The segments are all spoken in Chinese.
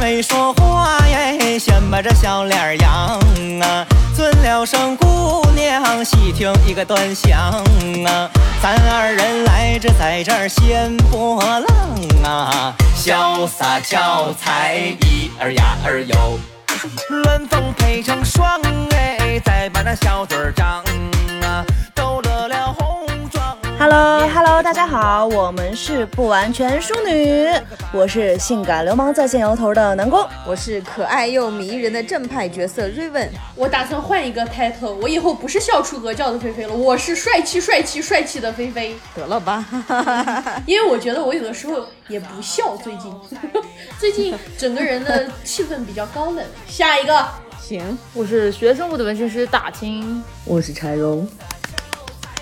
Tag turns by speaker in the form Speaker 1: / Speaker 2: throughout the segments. Speaker 1: 会说话耶，先把这小脸儿扬啊，尊了声姑娘，细听一个端详啊，咱二人来这在这儿掀波浪啊，潇洒俏才一儿呀儿哟，
Speaker 2: 鸾凤配成双哎，再把那小嘴儿张啊，都乐了红妆。
Speaker 3: Hello Hello，大家好，我们是不完全淑女，我是性感流氓在线摇头的南宫。
Speaker 4: 我是可爱又迷人的正派角色 Raven，
Speaker 5: 我打算换一个 title，我以后不是笑出鹅叫的菲菲了，我是帅气帅气帅气的菲菲，
Speaker 4: 得了吧，
Speaker 5: 因为我觉得我有的时候也不笑，最近， 最近整个人的气氛比较高冷。下一个，
Speaker 4: 行，
Speaker 6: 我是学生物的纹身师大清，
Speaker 7: 我是柴荣，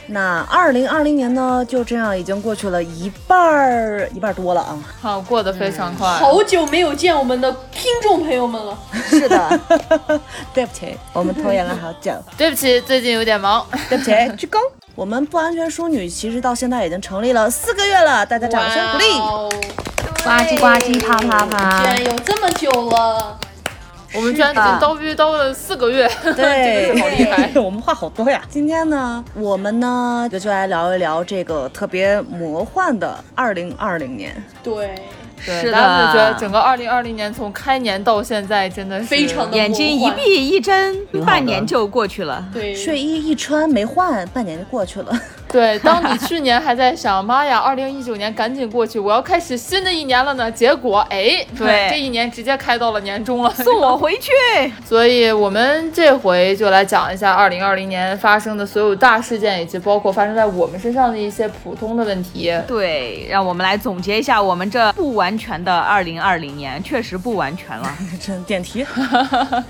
Speaker 3: 那二零二零年呢，就这样已经过去了一半儿，一半儿多了啊。
Speaker 6: 好过得非常快。
Speaker 5: 嗯好久没有见我们的听众朋友们了，
Speaker 4: 是的，
Speaker 3: 对不起，我们拖延了好久。
Speaker 6: 对不起，最近有点忙。
Speaker 3: 对不起，鞠躬。我们不完全淑女其实到现在已经成立了四个月了，大家掌声鼓励。
Speaker 5: 哇哦
Speaker 8: 呱唧呱唧，啪啪
Speaker 4: 啊
Speaker 5: 居
Speaker 8: 啪。
Speaker 5: 然有这么久了，
Speaker 6: 我们居然已经叨逼叨了四个月，
Speaker 3: 对，
Speaker 6: 真的是好厉害。
Speaker 3: 我们话好多呀。今天呢，我们呢就就来聊一聊这个特别魔幻的二零二零年。
Speaker 5: 对，
Speaker 6: 对，大家会觉得整个二零二零年从开年到现在真的是
Speaker 5: 非常的
Speaker 4: 眼睛一闭一睁，半年就过去了。
Speaker 5: 对，
Speaker 3: 睡衣一穿没换，半年就过去了。
Speaker 6: 对。当你去年还在想，妈呀，二零一九年赶紧过去，我要开始新的一年了呢。结果哎，
Speaker 4: 对
Speaker 6: 这一年直接开到了年终了，
Speaker 4: 送我回去，
Speaker 6: 所以我们这回就来讲一下2020年发生的所有大事件，以及包括发生在我们身上的一些普通的问题。
Speaker 4: 对，让我们来总结一下我们这不完全的2020年，确实不完全了，
Speaker 3: 真点 题。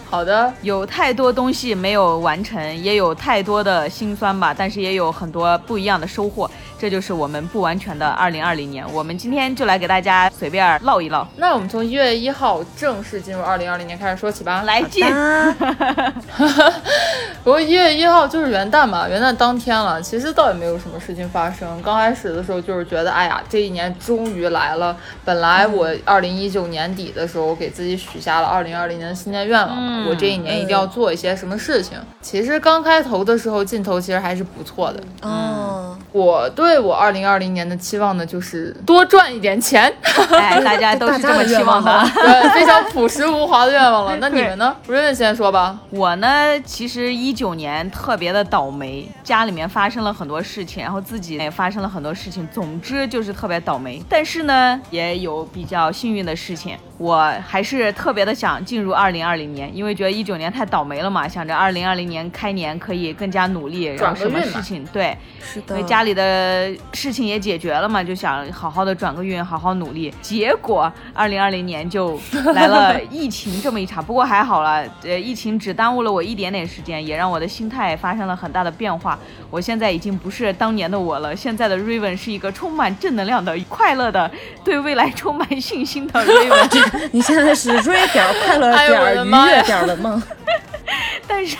Speaker 6: 好的，
Speaker 4: 有太多东西没有完成，也有太多的辛酸吧，但是也有很多不一样的收获，这就是我们不完全的2020年。我们今天就来给大家随便唠一唠，
Speaker 6: 那我们从一月一号正式进入2020年开始说起吧。
Speaker 4: 来进，
Speaker 6: 嗯不过一月一号就是元旦嘛，元旦当天了，其实倒也没有什么事情发生。刚开始的时候就是觉得，哎呀，这一年终于来了。本来我二零一九年底的时候给自己许下了二零二零年的新年愿望嘛，我这一年一定要做一些什么事情。其实刚开头的时候劲头其实还是不错的。
Speaker 3: 哦，
Speaker 6: 我对我二零二零年的期望呢，就是多赚一点钱。
Speaker 4: 哎，大家都是这么期望的。
Speaker 6: 对， 非常朴实无华的愿 望了。那你们呢？瑞文先说吧。
Speaker 4: 我呢，其实一九年特别的倒霉，家里面发生了很多事情，然后自己也发生了很多事情，总之就是特别倒霉。但是呢，也有比较幸运的事情，我还是特别的想进入二零二零年，因为觉得一九年太倒霉了嘛，想着二零二零年开年可以更加努力，然
Speaker 6: 转
Speaker 4: 后
Speaker 6: 个
Speaker 4: 什么
Speaker 6: 运嘛
Speaker 4: 事情对，
Speaker 3: 是
Speaker 4: 因
Speaker 3: 的
Speaker 4: 为。家里的事情也解决了嘛，就想好好的转个运，好好努力。结果二零二零年就来了疫情这么一场，不过还好了，呃，疫情只耽误了我一点点时间，也让我的心态发生了很大的变化。我现在已经不是当年的我了，现在的 Raven 是一个充满正能量的、快乐的、对未来充满信心的 Raven。
Speaker 3: 你现在是瑞点儿快乐
Speaker 6: 哎
Speaker 3: 点
Speaker 6: 呦我
Speaker 3: 儿
Speaker 6: 的
Speaker 3: 愉
Speaker 6: 妈呀
Speaker 3: 悦点儿的梦。
Speaker 4: 但是，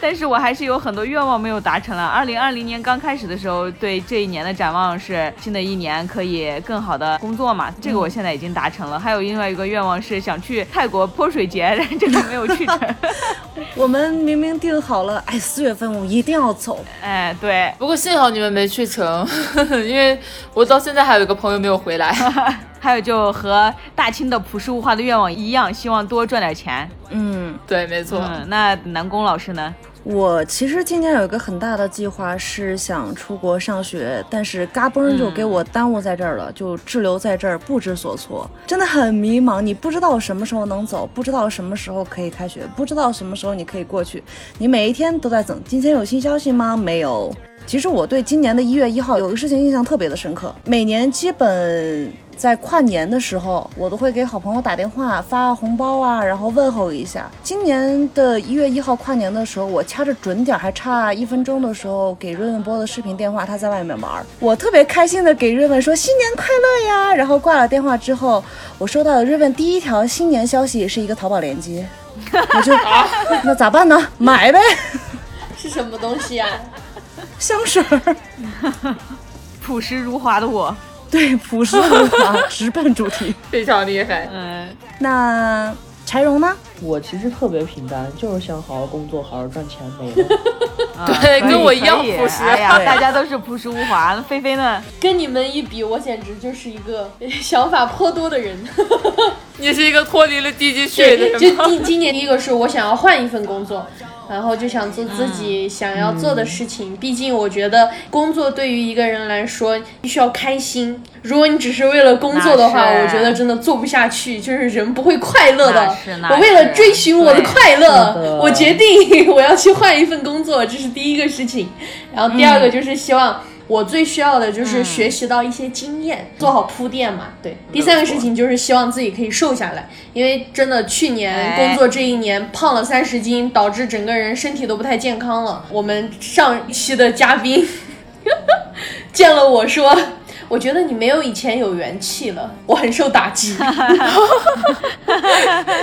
Speaker 4: 但是我还是有很多愿望没有达成了。二零二零年刚开始的时候，对这一年的展望是新的一年可以更好的工作嘛，这个
Speaker 6: 嗯
Speaker 4: 我现在已经达成了。还有另外一个愿望是想去泰国泼水节，但这个没有 去成。
Speaker 3: 我们明明定好了，哎，四月份我一定要走。
Speaker 4: 哎，对，
Speaker 6: 不过幸好你们没去成， 因为我到现在还有一个朋友没有回 来。
Speaker 4: 还有就和大清的朴实无华的愿望一样，希望多赚点钱。
Speaker 3: 嗯，
Speaker 6: 对，没错。
Speaker 4: 嗯，那南宫老师呢？
Speaker 3: 我其实今年有一个很大的计划是想出国上学，但是嘎嘣儿就给我耽误在这儿了，就滞留在这儿不知所措，真的很迷茫。你不知道什么时候能走，不知道什么时候可以开学，不知道什么时候你可以过去，你每一天都在等。今天有新消息吗？没有。其实我对今年的一月一号有一个事情印象特别的深刻，每年基本。在跨年的时候，我都会给好朋友打电话发红包啊，然后问候一下。今年的一月一号跨年的时候，我掐着准点儿，还差一分钟的时候给润润拨的视频电话，他在外面玩儿，我特别开心的给润润说新年快乐呀，然后挂了电话之后，我收到的润润第一条新年消息是一个淘宝链接，我就那咋办呢？买呗，
Speaker 5: 是什么东西啊？
Speaker 3: 香水儿。
Speaker 4: 朴实如华的我，
Speaker 3: 对，朴实无华，直奔主题。
Speaker 6: 非常厉害。
Speaker 4: 嗯，
Speaker 3: 那柴荣呢？
Speaker 7: 我其实特别平淡，就是想好好工作，好好赚钱没了。
Speaker 4: 啊
Speaker 6: 对
Speaker 4: 可以
Speaker 6: 跟我一样
Speaker 4: 可以
Speaker 6: 朴实
Speaker 4: 哎呀，
Speaker 3: 对
Speaker 4: 大家都是朴实无华。那菲菲呢？
Speaker 5: 跟你们一比，我简直就是一个呃想法颇多的人。
Speaker 6: 你是一个脱离了低级趣的
Speaker 5: 对，
Speaker 6: 人
Speaker 5: 就
Speaker 6: 吗？
Speaker 5: 今今年第一个是我想要换一份工作，然后就想做自己想要做的事情。毕竟我觉得工作对于一个人来说，必须要开心。如果你只是为了工作的话，
Speaker 4: 那是
Speaker 5: 我觉得真的做不下去，就是人不会快乐
Speaker 4: 那
Speaker 5: 的
Speaker 4: 是那。是
Speaker 5: 我为了追寻我的快
Speaker 7: 对是
Speaker 5: 乐，
Speaker 7: 的
Speaker 5: 我决定我要去换一份工作，这是第一个事情。然后第二个就是希望。我最需要的就是学习到一些经验，做好铺垫嘛。对，第三个事情就是希望自己可以瘦下来，因为真的去年
Speaker 4: 哎
Speaker 5: 工作这一年胖了三十斤，导致整个人身体都不太健康了。我们上一期的嘉宾 见了我说。我觉得你没有以前有元气了，我很受打 击，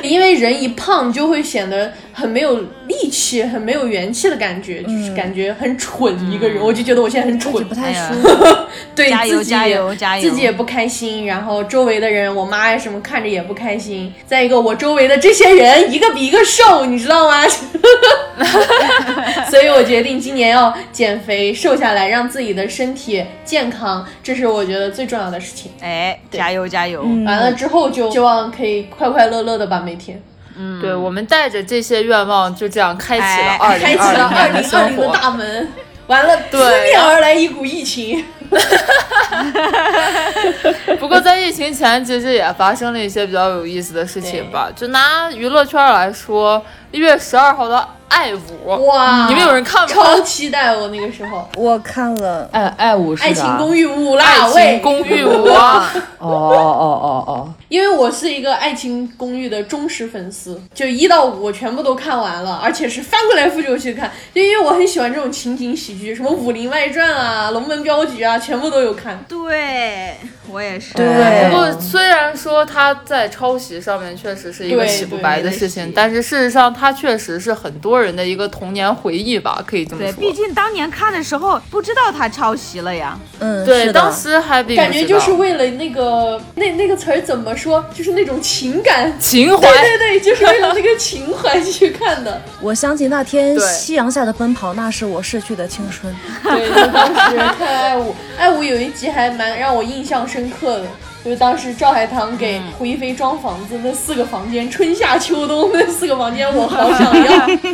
Speaker 5: 因为人一胖就会显得很没有力气、很没有元气的感觉，就是感觉很蠢一个人。我就觉得我现在很蠢，
Speaker 3: 嗯不太
Speaker 4: 哎呀
Speaker 3: 舒服。
Speaker 5: 对
Speaker 4: 加油
Speaker 5: 自己
Speaker 4: 加
Speaker 5: 也
Speaker 4: 油加油
Speaker 5: 自己也不开心，然后周围的人，我妈呀什么看着也不开心。再一个，我周围的这些人一个比一个瘦，你知道吗？ 所以我决定今年要减肥，瘦下来，让自己的身体健康，这是我觉得最重要的事情。
Speaker 4: 哎，加油加油！
Speaker 3: 嗯
Speaker 5: 完了之后就希望可以快快乐乐的吧，每天
Speaker 6: 对，我们带着这些愿望，就这样开启了
Speaker 4: 哎
Speaker 6: 二
Speaker 5: 开
Speaker 6: 零
Speaker 5: 启了
Speaker 6: 二零
Speaker 5: 二
Speaker 6: 年的
Speaker 5: 零二零
Speaker 6: 生
Speaker 5: 的
Speaker 6: 活。
Speaker 5: 大门。完了，扑
Speaker 6: 对
Speaker 5: 面而来一股疫情，
Speaker 6: 不过在疫情前，其实也发生了一些比较有意思的事情吧。就拿娱乐圈来说，一月十二号的爱舞，
Speaker 5: 哇！
Speaker 6: 你们有人看吗？
Speaker 5: 超期待我那个时候，
Speaker 3: 我看了，
Speaker 7: 爱爱五
Speaker 5: 《
Speaker 7: 是
Speaker 5: 爱情
Speaker 7: 啥？
Speaker 5: 公寓五》啦，
Speaker 6: 爱
Speaker 5: 喂
Speaker 6: 情，公寓舞啊，
Speaker 7: 哦哦哦哦哦，
Speaker 5: 因为我是一个《爱情公寓》的忠实粉丝，就一到五我全部都看完了，而且是翻过来覆着去看，就因为我很喜欢这种情景喜剧，什么《武林外传》啊、《龙门镖局》啊，全部都有看。
Speaker 4: 对 我也是。
Speaker 3: 对
Speaker 6: 不过虽然说他在抄袭上面确实是一个
Speaker 5: 对
Speaker 6: 洗不白的
Speaker 4: 对
Speaker 6: 事
Speaker 4: 没
Speaker 6: 情，
Speaker 4: 得洗
Speaker 6: 但是事实上他确实是很多人的一个童年回忆吧，可以这么
Speaker 4: 对，
Speaker 6: 说。
Speaker 4: 毕竟当年看的时候不知道他抄袭了 呀。
Speaker 3: 嗯，
Speaker 6: 对，
Speaker 3: 是的
Speaker 6: 当时还比。
Speaker 5: 感觉就是为了那个那那个词儿怎么说，就是那种情感
Speaker 6: 情怀
Speaker 5: 对对对，就是为了那个情怀去看的。
Speaker 3: 我想起那天
Speaker 6: 对
Speaker 3: 夕阳下的奔跑，那是我逝去的青春。
Speaker 5: 对，就当时看爱五，爱五有一集还蛮让我印象深刻的，就是当时赵海棠给胡一菲装房子那四个房间，春夏秋冬那四个房间，我好想要。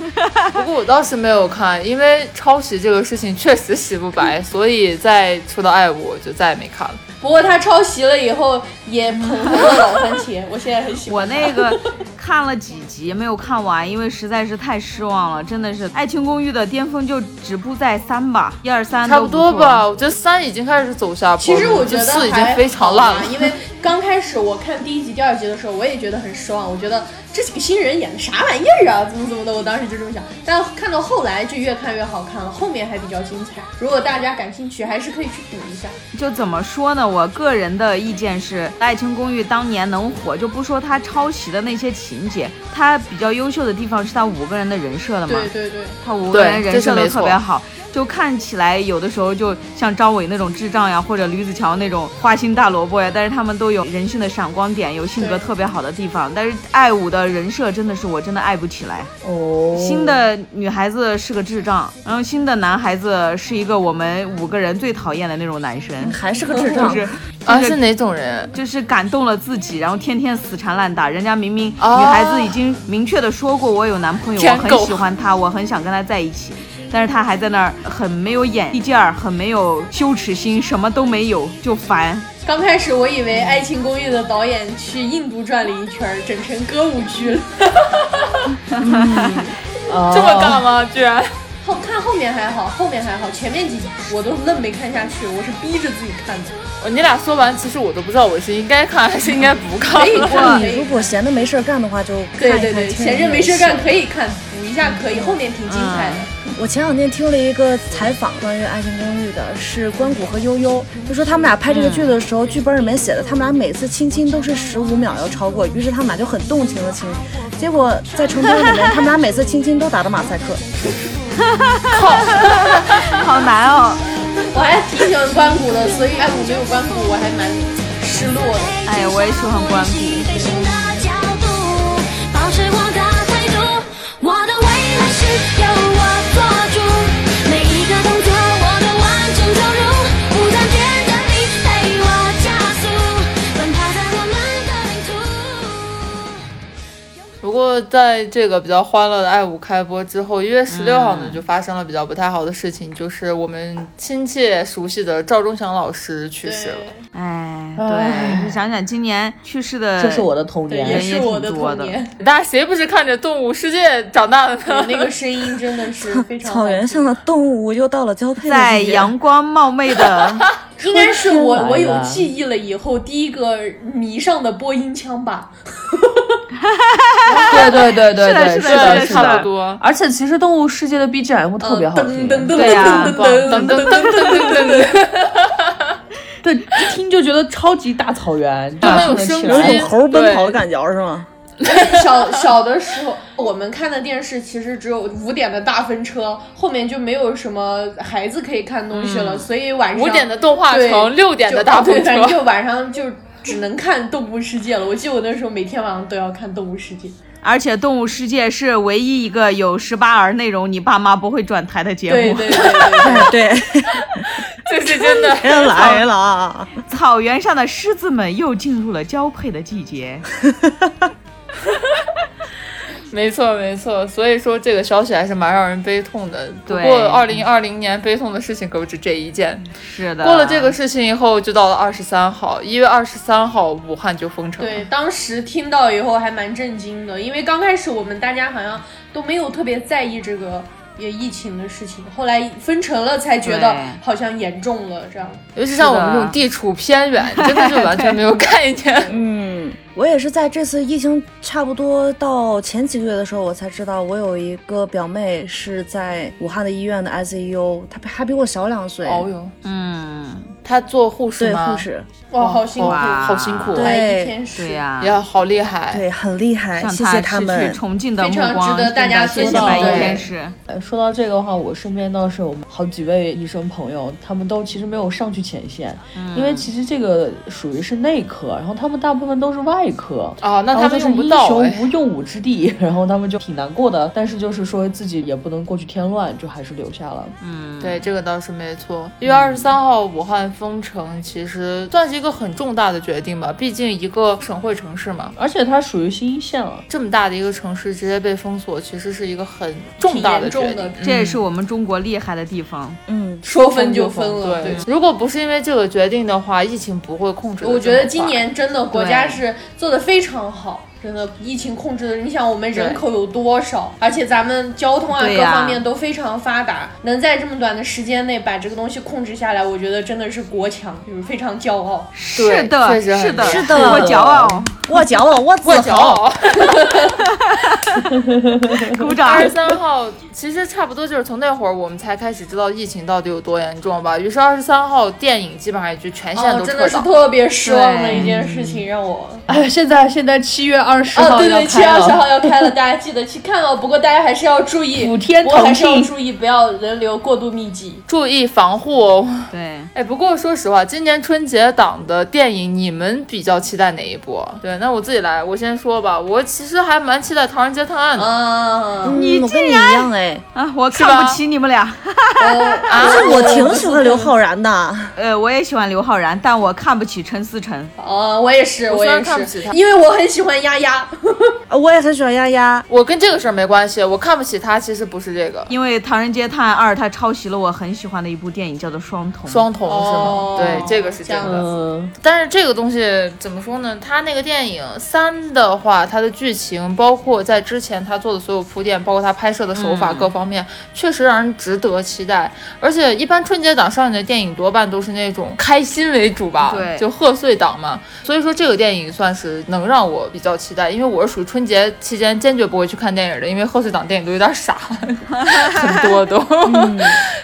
Speaker 6: 不过我倒是没有看，因为抄袭这个事情确实洗不 白，所以在出到爱我就再也没看了。
Speaker 5: 不过他抄袭了以后也捧红了老番茄，我现在很喜欢。
Speaker 4: 我那个看了几集没有看完，因为实在是太失望了，真的是《爱情公寓》的巅峰就止步在三吧，一二三
Speaker 6: 差
Speaker 4: 都
Speaker 6: 不
Speaker 4: 不
Speaker 6: 多
Speaker 4: 错
Speaker 6: 吧，。我觉得三已经开始走下坡
Speaker 5: 其
Speaker 6: 路，
Speaker 5: 实我觉得
Speaker 6: 就四已
Speaker 5: 还
Speaker 6: 经非常烂
Speaker 5: 好
Speaker 6: 了
Speaker 5: 吧。因为刚开始我看第一集、第二集的时候，我也觉得很失望，我觉得这几个新人演的啥玩意儿啊，怎么怎么的，我当时就这么想。但看到后来就越看越好看了，后面还比较精彩。如果大家感兴趣，还是可以去补一下。
Speaker 4: 就怎么说呢？我个人的意见是，《爱情公寓》当年能火，就不说它抄袭的那些情节，它比较优秀的地方是它五个人的人设的嘛。
Speaker 6: 嗯
Speaker 5: 对对对，
Speaker 4: 他五个人人设
Speaker 6: 对这是
Speaker 4: 都
Speaker 6: 没错
Speaker 4: 特别好，就看起来有的时候就像张伟那种智障呀，或者吕子乔那种花心大萝卜呀，但是他们都有人性的闪光点，有性格
Speaker 5: 对
Speaker 4: 特别好的地方。但是爱五的人设真的是我真的爱不起来。
Speaker 7: 哦，
Speaker 4: 新的女孩子是个智障，然后新的男孩子是一个我们五个人最讨厌的那种男生，
Speaker 3: 还是个智
Speaker 4: 就
Speaker 3: 障，
Speaker 4: 是
Speaker 6: 啊，
Speaker 4: 就是
Speaker 6: 是哪种人？
Speaker 4: 就是感动了自己，然后天天死缠烂打。人家明明女
Speaker 6: 哦
Speaker 4: 孩子已经明确的说过，我有男朋友，我
Speaker 6: 舔
Speaker 4: 很
Speaker 6: 狗
Speaker 4: 喜欢他，我很想跟他在一起。但是他还在那儿很没有眼力劲儿，很没有羞耻心，什么都没有，就烦。
Speaker 5: 刚开始我以为《爱情公寓》的导演去印度转了一圈儿，整成歌舞剧了。 哦
Speaker 6: 这么干吗？居然？
Speaker 5: 后看后面还好，后面还好，前面几集我都愣没看下去，我是逼着自己看的。
Speaker 6: 哦你俩说完，其实我都不知道我是应该看还是应该不看
Speaker 5: 可以
Speaker 6: 了。
Speaker 5: 看，可
Speaker 3: 你如
Speaker 5: 以。
Speaker 3: 果闲的没事儿干的话，就看一
Speaker 5: 对
Speaker 3: 看
Speaker 5: 对对，
Speaker 3: 听一
Speaker 5: 闲着
Speaker 3: 听
Speaker 5: 没事儿干可以看，补一下可以，后面挺精彩的。
Speaker 3: 我前两天听了一个采访，关于《爱情公寓》的，是关谷和悠悠，就说他们俩拍这个剧的时候，剧本里面写的，他们俩每次亲亲都是十五秒要超过，于是他们俩就很动情的亲，结果在成都里面，他们俩每次亲亲都打的马赛克。
Speaker 4: 好难哦。
Speaker 5: 我还挺喜欢关谷的，所以爱谷没有关谷，我还蛮失落的。
Speaker 4: 哎呀，我也喜欢关谷。
Speaker 9: 飞行的脚步，保持我的态度，我的未来是由我做主，每一个动作我都完整投入，无条件的你陪我加速，奔跑在我们的领土。
Speaker 6: 不过，在这个比较欢乐的爱五开播之后，一月十六号呢，就发生了比较不太好的事情，就是我们亲切熟悉的赵忠祥老师去世了。
Speaker 4: 哎，对，你想想今年去世的，
Speaker 7: 这是我的童
Speaker 5: 对，
Speaker 7: 年
Speaker 5: 也。
Speaker 4: 人也
Speaker 5: 是我
Speaker 4: 挺多
Speaker 5: 童
Speaker 4: 的
Speaker 5: 年。
Speaker 6: 大家谁不是看着《动物世界》长大的呢？
Speaker 5: 那个声音真的是非常好
Speaker 3: 草原上的动物又到了交配的
Speaker 4: 在
Speaker 3: 季节
Speaker 4: 阳光茂昧的，
Speaker 5: 应该是
Speaker 7: 春天来
Speaker 5: 我
Speaker 7: 了
Speaker 5: 我有记忆了以后第一个迷上的播音腔吧。
Speaker 7: 对对对
Speaker 4: 是
Speaker 7: 对对，
Speaker 4: 的是的
Speaker 7: 的，
Speaker 4: 是的
Speaker 6: 差不多。
Speaker 7: 而且其实动物世界的 BGM 特别好
Speaker 4: 呃
Speaker 7: 听
Speaker 5: 噔，噔噔
Speaker 4: 对呀
Speaker 5: 噔噔噔
Speaker 6: 噔噔噔
Speaker 5: 噔
Speaker 6: 噔噔噔，
Speaker 7: 对，一听就觉得超级大草原，就
Speaker 6: 没有声
Speaker 3: 有一
Speaker 6: 音
Speaker 3: 种猴儿奔跑的感觉是吗？
Speaker 5: 噔。小小的时候，我们看的电视其实只有五点的大风车，后面就没有什么孩子可以看东西了，所以晚上
Speaker 6: 五点的动画城，
Speaker 5: 对
Speaker 6: 六点的大
Speaker 5: 就啊
Speaker 6: 风
Speaker 5: 对反正
Speaker 6: 车。
Speaker 5: 就晚上就只能看《动物世界》了。我记得我那时候每天晚上都要看《动物世界》。
Speaker 4: 而且《动物世界》是唯一一个有十八儿内容，你爸妈不会转台的节目。
Speaker 5: 对对对对对，
Speaker 3: 哎， 对，
Speaker 6: 这是真的。
Speaker 3: 人来了啊，
Speaker 4: 草 原上的狮子们又进入了交配的季节。
Speaker 6: 没错，没错，所以说这个消息还是蛮让人悲痛的。不
Speaker 4: 对
Speaker 6: 过，二零二零年悲痛的事情可不止这一件。
Speaker 4: 是的，
Speaker 6: 过了这个事情以后，就到了二十三号，一月二十三号，武汉就封城了。
Speaker 5: 对，当时听到以后还蛮震惊的，因为刚开始我们大家好像都没有特别在意这个也疫情的事情，后来分成了才觉得
Speaker 4: 对
Speaker 5: 好像严重了这样。
Speaker 6: 尤其像我们这
Speaker 4: 是
Speaker 6: 种
Speaker 4: 的
Speaker 6: 地处偏 远，真的就完全没有概念。
Speaker 3: 嗯，我也是在这次疫情差不多到前几个月的时候，我才知道我有一个表妹是在武汉的医院的 ICU，她比还比我小两岁，
Speaker 6: 哦哟，
Speaker 4: 嗯，
Speaker 6: 他做护士
Speaker 3: 对
Speaker 6: 吗？
Speaker 3: 护士，
Speaker 5: 哇，好辛苦，
Speaker 4: 哇
Speaker 6: 好辛苦，啊
Speaker 3: 对
Speaker 6: 哎
Speaker 5: 白衣天使。
Speaker 4: 对呀、
Speaker 6: 呀，好厉害。
Speaker 3: 对，很厉害，
Speaker 4: 让
Speaker 3: 谢
Speaker 4: 他
Speaker 3: 谢他
Speaker 4: 失去
Speaker 3: 们。
Speaker 4: 崇敬的目
Speaker 5: 非
Speaker 4: 光，
Speaker 5: 常值得大家
Speaker 4: 谢谢
Speaker 5: 知道
Speaker 4: 白衣
Speaker 7: 对
Speaker 4: 天使。
Speaker 7: 呃说到这个的话，我身边倒是有好几位医生朋友，他们都其实没有上去前线，因为其实这个属于是内科，然后他们大部分都是外科。
Speaker 6: 哦，那
Speaker 7: 然
Speaker 6: 他
Speaker 7: 后就
Speaker 6: 们
Speaker 7: 是
Speaker 6: 用不
Speaker 7: 英
Speaker 6: 到
Speaker 7: 雄
Speaker 6: 哎。
Speaker 7: 无用武之地，然后他们就挺难过的，但是就是说自己也不能过去添乱，就还是留下了。
Speaker 6: 对，这个倒是没错。一月二十三号，武汉封城，其实算是一个很重大的决定吧，毕竟一个省会城市嘛。
Speaker 7: 而且它属于新一线了，
Speaker 6: 这么大的一个城市直接被封锁，其实是一个很重大的
Speaker 5: 挺
Speaker 6: 决
Speaker 5: 严重
Speaker 6: 定
Speaker 5: 的。
Speaker 4: 这也是我们中国厉害的地方，
Speaker 3: 嗯，
Speaker 5: 说分就分了，
Speaker 6: 对，如果不是因为这个决定的话，疫情不会控制得这么
Speaker 5: 我
Speaker 6: 快。
Speaker 5: 觉得今年真的国家
Speaker 4: 对
Speaker 5: 是做的非常好，真的疫情控制的，你想我们人口有多少，而且咱们交通啊
Speaker 4: 对
Speaker 5: 各
Speaker 4: 呀
Speaker 5: 方面都非常发达，能在这么短的时间内把这个东西控制下来，我觉得真的是国强，就是非常骄傲。
Speaker 6: 对
Speaker 4: 是的，
Speaker 6: 确实很
Speaker 4: 是的，
Speaker 6: 厉害
Speaker 3: 是的
Speaker 4: 我骄傲，
Speaker 3: 我骄傲，我
Speaker 6: 过
Speaker 3: 自
Speaker 6: 骄
Speaker 3: 豪。
Speaker 5: 哦
Speaker 6: 傲。
Speaker 4: 鼓掌
Speaker 6: 二。十三号，其实差不多就是从那会儿我们才开始知道疫情到底有多严重吧。于是二十三号电影基本上也就全线
Speaker 5: 哦，
Speaker 6: 都
Speaker 5: 真
Speaker 6: 撤
Speaker 5: 的是
Speaker 6: 档。
Speaker 5: 特别失望的一件事情，让我
Speaker 7: 哎呀，现在现在七月二十
Speaker 5: 哦，
Speaker 7: 号
Speaker 5: 对
Speaker 7: 要
Speaker 5: 对，七月
Speaker 7: 开
Speaker 5: 二十
Speaker 7: 了，
Speaker 5: 号要开了，大家记得去看哦。不过大家还是要注意，
Speaker 7: 普天
Speaker 5: 不过还
Speaker 7: 同
Speaker 5: 是要
Speaker 7: 庆
Speaker 5: 注意，不要人流过度密集。
Speaker 6: 注意防护哦！
Speaker 4: 对，
Speaker 6: 哎，不过说实话，今年春节档的电影你们比较期待哪一部？对，那我自己来，我先说吧。我其实还蛮期待《唐人街探案》的。
Speaker 5: 啊，
Speaker 3: 嗯，我跟你一样哎，
Speaker 4: 啊，我
Speaker 6: 是吧
Speaker 4: 看不起你们俩。
Speaker 3: 不
Speaker 5: 啊
Speaker 3: 是我挺喜欢刘昊然的，
Speaker 4: 呃，我也喜欢刘昊然，但我看不起陈思诚。
Speaker 5: 啊，我也是，
Speaker 6: 我
Speaker 5: 我
Speaker 6: 虽然
Speaker 5: 也
Speaker 6: 看不起
Speaker 5: 是
Speaker 6: 他，
Speaker 5: 因为我很喜欢丫丫。
Speaker 3: 呃 我也很喜欢丫丫。
Speaker 6: 我跟这个事儿没关系，我看不起他，其实不是这个
Speaker 4: 因为《唐人街探案二》它抄袭了我很喜欢的一部电影，叫做《双瞳》。
Speaker 6: 双瞳是吗？
Speaker 5: 哦
Speaker 6: 对，这个是
Speaker 5: 这
Speaker 6: 真
Speaker 5: 样
Speaker 6: 的。
Speaker 7: 嗯，
Speaker 6: 但是这个东西怎么说呢？它那个电影三的话，它的剧情包括在之前他做的所有铺垫，包括他拍摄的手
Speaker 5: 嗯
Speaker 6: 法各方面，确实让人值得期待。而且一般春节档上映的电影多半都是那种开心为主吧，
Speaker 4: 对
Speaker 6: 就贺岁档嘛。所以说这个电影算是能让我比较期待，因为我是属于春节期间坚决不会去看电影的，因为贺岁档电影都有点傻， 很多 都。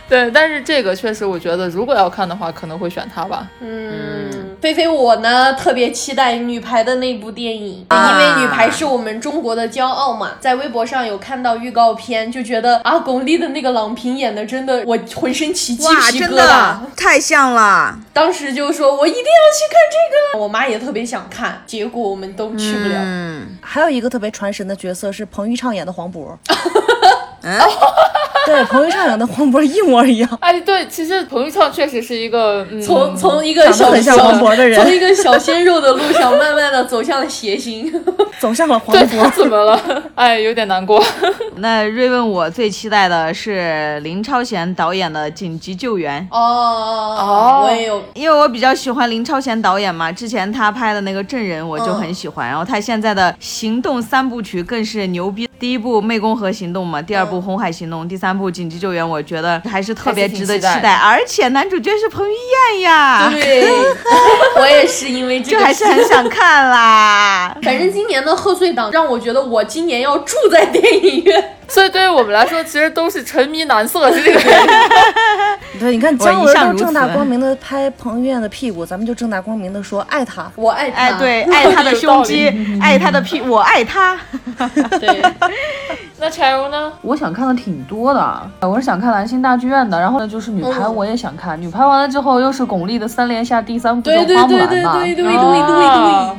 Speaker 6: 对，但是这个确实我觉得如果要看的话，可能会选它吧。
Speaker 5: 嗯，菲菲，我呢特别期待女排的那部电影，因为女排是我们中国的骄傲嘛。在微博上有看到预告片，就觉得啊，巩俐的那个郎平演的真的，我浑身起鸡
Speaker 10: 哇，
Speaker 5: 皮
Speaker 10: 真
Speaker 5: 疙瘩
Speaker 10: 的。太像了。
Speaker 5: 当时就说我一定要去看这个，我妈也特别想看，结果我们都去不了。
Speaker 10: 嗯，
Speaker 3: 还有一个特别传神的角色是彭昱畅演的黄 渤，对，彭昱畅演的黄渤一模一样。
Speaker 6: 哎，对，其实彭昱畅确实是一个，嗯、
Speaker 5: 从从一
Speaker 3: 长
Speaker 5: 个
Speaker 3: 得
Speaker 5: 小
Speaker 3: 很像
Speaker 5: 小
Speaker 3: 黄渤的人
Speaker 5: 从一个小鲜肉的路上，慢慢的走向了邪行。
Speaker 3: 走向了黄
Speaker 6: 对他
Speaker 3: 渤。
Speaker 6: 怎么了？ 哎，有点难过。
Speaker 4: 那瑞问我最期待的是林超贤导演的《紧急救援》。
Speaker 5: 哦哦，我也有
Speaker 4: 因为我比较喜欢林超贤导演嘛，之前他拍的那个《证人》我就很喜欢，然后他现在的《行动》三部曲更是牛逼。第一部《湄公河行动》嘛，第二部《红海行动》，第三部《紧急救援》，我觉得还是特别值得期
Speaker 6: 还是挺期
Speaker 4: 待。而且男主角是彭于晏呀，
Speaker 5: 对，我也是因为这
Speaker 4: 就
Speaker 5: 个，
Speaker 4: 还是很想看啦。
Speaker 5: 反正今年的贺岁档让我觉得我今年要住在电影院。
Speaker 6: 所以对于我们来说，其实都是沉迷男色是这个原因。
Speaker 3: 对，你看
Speaker 4: 我
Speaker 3: 姜
Speaker 4: 一
Speaker 3: 文
Speaker 4: 向
Speaker 3: 都
Speaker 4: 如
Speaker 3: 正大
Speaker 4: 此
Speaker 3: 光明的拍彭于晏的屁股，咱们就正大光明的说爱他。
Speaker 5: 我爱他，
Speaker 4: 哎， 对，爱他的胸肌，爱他的屁，我爱他。
Speaker 5: 对，
Speaker 6: 那柴荣呢？
Speaker 7: 我想看的挺多的，呃我是想看兰心大剧院的，然后呢就是女排，
Speaker 5: 嗯
Speaker 7: 我也想看。女排完了之后，又是巩俐的三连下第三部
Speaker 5: 对
Speaker 7: 叫
Speaker 5: 对
Speaker 7: 花木
Speaker 5: 对对
Speaker 7: 兰嘛
Speaker 5: 对对，对对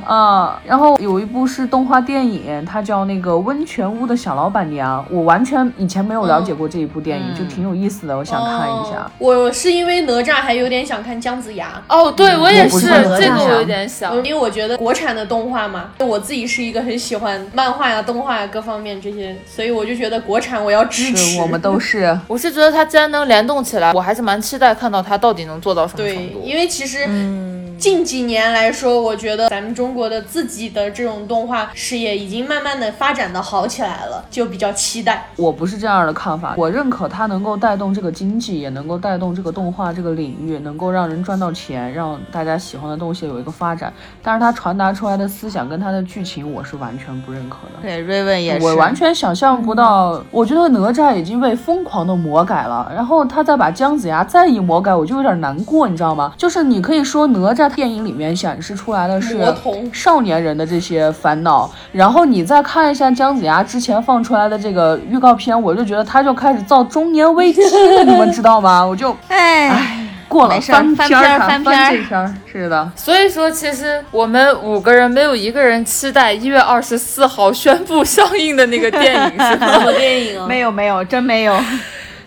Speaker 7: 啊、然后有一部是动画电影，它叫那个《温泉屋的小老板娘》，我完全以前没有了解过这一部电影，
Speaker 4: 嗯
Speaker 7: 就挺有意 思的，我想看一下。
Speaker 5: 哦我是因为哪吒还有点想看姜子牙。
Speaker 6: 哦，对我也
Speaker 7: 我不
Speaker 6: 是，
Speaker 7: 是很
Speaker 6: 这个
Speaker 7: 想
Speaker 6: 我有点想。
Speaker 5: 因为我觉得国产的动画嘛，我自己是一个很喜欢漫画呀、动画呀各方面这些，所以我就觉得国产我要支持。
Speaker 7: 是我们都是，
Speaker 6: 我是觉得它既然能联动起来，我还是蛮期待看到它到底能做到什么程
Speaker 5: 对，
Speaker 6: 度。
Speaker 5: 因为其实
Speaker 7: 嗯
Speaker 5: 近几年来说，我觉得咱们中国的自己的这种动画事业已经慢慢的发展的好起来了，就比较期待。
Speaker 7: 我不是这样的看法，我认可它能够带动这个经济，也能够带动这个动画这个领域，能够让人赚到钱，让大家喜欢的东西有一个发展。但是它传达出来的思想跟它的剧情，我是完全不认可的。
Speaker 4: 对，瑞问也是，
Speaker 7: 我完全想象不到，我觉得哪吒已经被疯狂的魔改了，然后他再把姜子牙再一魔改，我就有点难过，你知道吗？就是你可以说哪吒电影里面显示出来的是
Speaker 5: 魔童
Speaker 7: 少年人的这些烦恼，然后你再看一下姜子牙之前放出来的这个预告片，我就觉得他就开始造中年危机了，你们知道吗？我就
Speaker 4: 哎，
Speaker 7: 过了
Speaker 4: 没事儿
Speaker 7: 翻
Speaker 4: 翻
Speaker 7: 篇
Speaker 4: 篇儿
Speaker 7: 儿看
Speaker 4: 翻篇儿
Speaker 7: 这篇儿，是的。
Speaker 6: 所以说，其实我们五个人没有一个人期待一月二十四号宣布上映的那个电影，是
Speaker 5: 什
Speaker 6: 吧
Speaker 5: 么电影啊？
Speaker 4: 没有没有，真没有，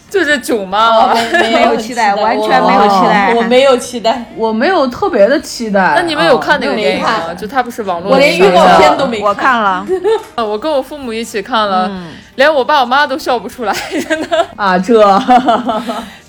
Speaker 6: 就是《囧妈》啊
Speaker 5: 没没
Speaker 4: 没有
Speaker 5: 很
Speaker 4: 期待，
Speaker 5: 我哦
Speaker 4: 完全没有期待。
Speaker 5: 我没有期待，
Speaker 7: 我没有特别的期待，
Speaker 6: 那你们有看那个
Speaker 5: 没
Speaker 6: 电影吗？
Speaker 5: 看
Speaker 6: 就它不是网络
Speaker 5: 我连
Speaker 6: 上
Speaker 5: 预告
Speaker 6: 的
Speaker 5: 片都没
Speaker 4: 我看了，
Speaker 6: 啊我跟我父母一起看了，连我爸我妈都笑不出来， 真的，
Speaker 7: 啊？这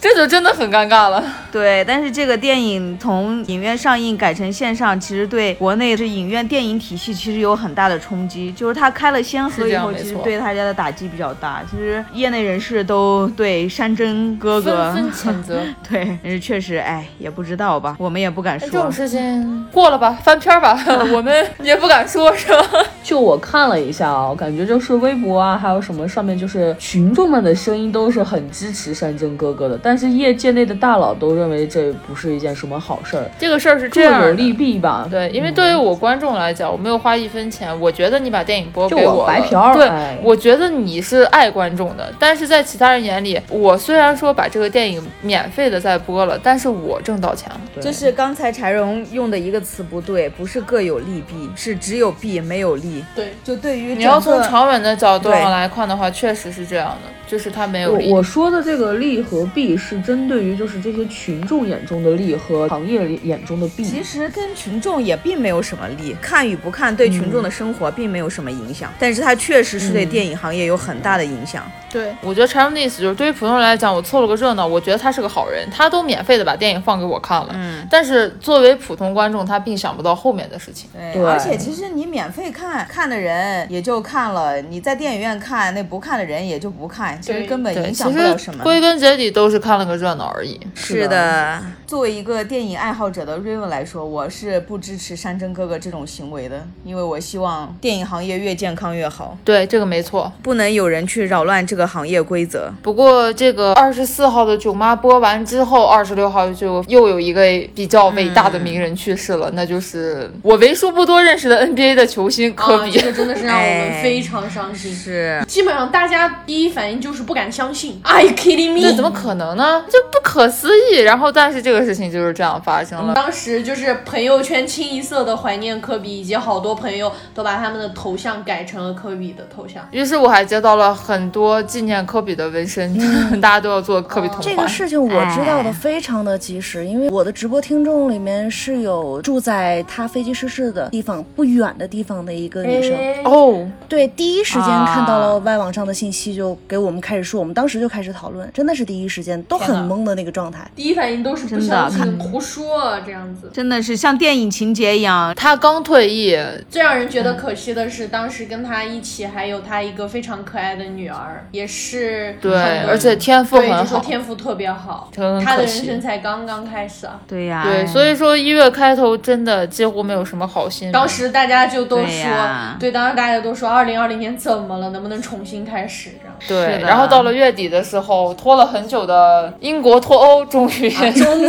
Speaker 6: 这就真的很尴尬了。
Speaker 4: 对，但是这个电影从影院上映改成线上，其实对国内这影院电影体系其实有很大的冲击，就是它开了先
Speaker 6: 是
Speaker 4: 河
Speaker 6: 这
Speaker 4: 以
Speaker 6: 样
Speaker 4: 后，
Speaker 6: 没
Speaker 4: 其实
Speaker 6: 错
Speaker 4: 对大家的打击比较大。其实业内人士都对山珍哥哥，
Speaker 6: 纷纷谴责，
Speaker 4: 对，但是确实，哎，也不知道吧，我们也不敢
Speaker 6: 哎这
Speaker 4: 说
Speaker 6: 种。事情过了吧，翻篇儿吧，我们也不敢说，是吧？
Speaker 7: 就我看了一下啊、我感觉就是微博啊，还有什么上面就是群众们的声音都是很支持山珍哥哥的，但是业界内的大佬都认为这不是一件什么好事儿，
Speaker 6: 这个事儿是这
Speaker 7: 各
Speaker 6: 样
Speaker 7: 有
Speaker 6: 的。
Speaker 7: 利弊吧。
Speaker 6: 对，因为对于我观众来讲，我没有花一分钱，我觉得你把电影播给
Speaker 7: 就
Speaker 6: 我
Speaker 7: 我白
Speaker 6: 了
Speaker 7: 嫖儿
Speaker 6: 对
Speaker 7: 哎，
Speaker 6: 我觉得你是爱观众的。但是在其他人眼里，我虽然说把这个电影免费的在播了，但是我挣到钱了。
Speaker 8: 就是刚才柴荣用的一个词不对，不是各有利弊，是只有弊没有利。
Speaker 5: 对，
Speaker 8: 就对于
Speaker 6: 你要从
Speaker 8: 整个
Speaker 6: 长远的角度上
Speaker 8: 对
Speaker 6: 来看的话，确实是这样的，就是它没有
Speaker 7: 我
Speaker 6: 利。
Speaker 7: 我说的这个利和弊是针对于就是这些群众眼中的利和行业眼中的弊。
Speaker 8: 其实跟群众也并没有什么利，看与不看对
Speaker 4: 嗯
Speaker 8: 群众的生活并没有什么影响，但是它确实是对电影行业有很大的影响。
Speaker 6: 对，我觉得柴荣的意思就是，对于普通人来讲，我凑了个热闹，我觉得他是个好人，他都免费的把电影放给我看了。嗯，但是作为普通观众，他并想不到后面的事情。
Speaker 8: 对
Speaker 7: 对
Speaker 8: 而且其实你免费看看的人也就看了，你在电影院看那不看的人也就不看，其实
Speaker 5: 对
Speaker 8: 根本
Speaker 6: 对，
Speaker 8: 影
Speaker 6: 其
Speaker 8: 响不了什
Speaker 6: 实
Speaker 8: 么。
Speaker 6: 归根结底都是看了个热闹而已。
Speaker 8: 是的，
Speaker 10: 作为一个电影爱好者的 Raven 来说，我是不支持山珍哥哥这种行为的，因为我希望
Speaker 8: 电影行业越健康越好，
Speaker 6: 对，这个没错。
Speaker 8: 不能有人去扰乱这个行业规则。
Speaker 6: 不过这个二十四号的《囧妈》播完之后，二十六号就又有一个比较伟大
Speaker 8: 嗯
Speaker 6: 的名人去世了，那就是我为数不多认识的 NBA 的球星科
Speaker 8: 哦
Speaker 5: 啊，
Speaker 6: 比。
Speaker 5: 这个真的是让我们
Speaker 8: 哎
Speaker 5: 非常伤心。
Speaker 8: 是，
Speaker 5: 基本上大家第一反应就是不敢相信，Are you kidding
Speaker 6: 这怎
Speaker 5: me？
Speaker 6: 么可能呢？这不可思议。然后，但是这个事情就是这样发生了。
Speaker 5: 当时就是朋友圈清一色的怀念科比，以及好多朋友都把他们的头像改成了科比的头像。
Speaker 6: 于是我还接到了很多纪念科比的纹身， 大家都要做科比同款。
Speaker 3: 这个事情我知道的非常的及时，因为我的直播听众里面是有住在他飞机失事的地方不远的地方的一个女生，
Speaker 5: 哎
Speaker 6: 哦，
Speaker 3: 对，第一时间看到
Speaker 4: 啊
Speaker 3: 了外网上的信息，就给我们开始说，我们当时就开始讨论，真的是第一时间都很
Speaker 5: 嗯
Speaker 3: 懵的那个状态。
Speaker 5: 第一反应都是不
Speaker 4: 真的
Speaker 5: 相信、胡说啊这样子。
Speaker 4: 真的是像电影情节一样，
Speaker 6: 他刚退役，
Speaker 5: 最让人觉得可惜的是，当时跟他一起还有他一个非常可爱的女儿，也是
Speaker 6: 对
Speaker 5: 很，
Speaker 6: 而且天赋
Speaker 5: 对，就
Speaker 6: 很
Speaker 5: 说
Speaker 6: 好。
Speaker 5: 天赋特别好，
Speaker 6: 真可惜
Speaker 5: 他的人生才刚刚开始啊。
Speaker 4: 对呀、
Speaker 6: 对，所以说一月开头真的几乎没有什么好新闻。
Speaker 5: 当时大家就都
Speaker 4: 对
Speaker 5: 说，
Speaker 4: 呀
Speaker 5: 对，当时大家都说，二零二零年怎么了？能不能重新开始？这样
Speaker 6: 对
Speaker 4: 是，的
Speaker 6: 然后到了月底的时候，拖了很久的英国脱欧啊终于、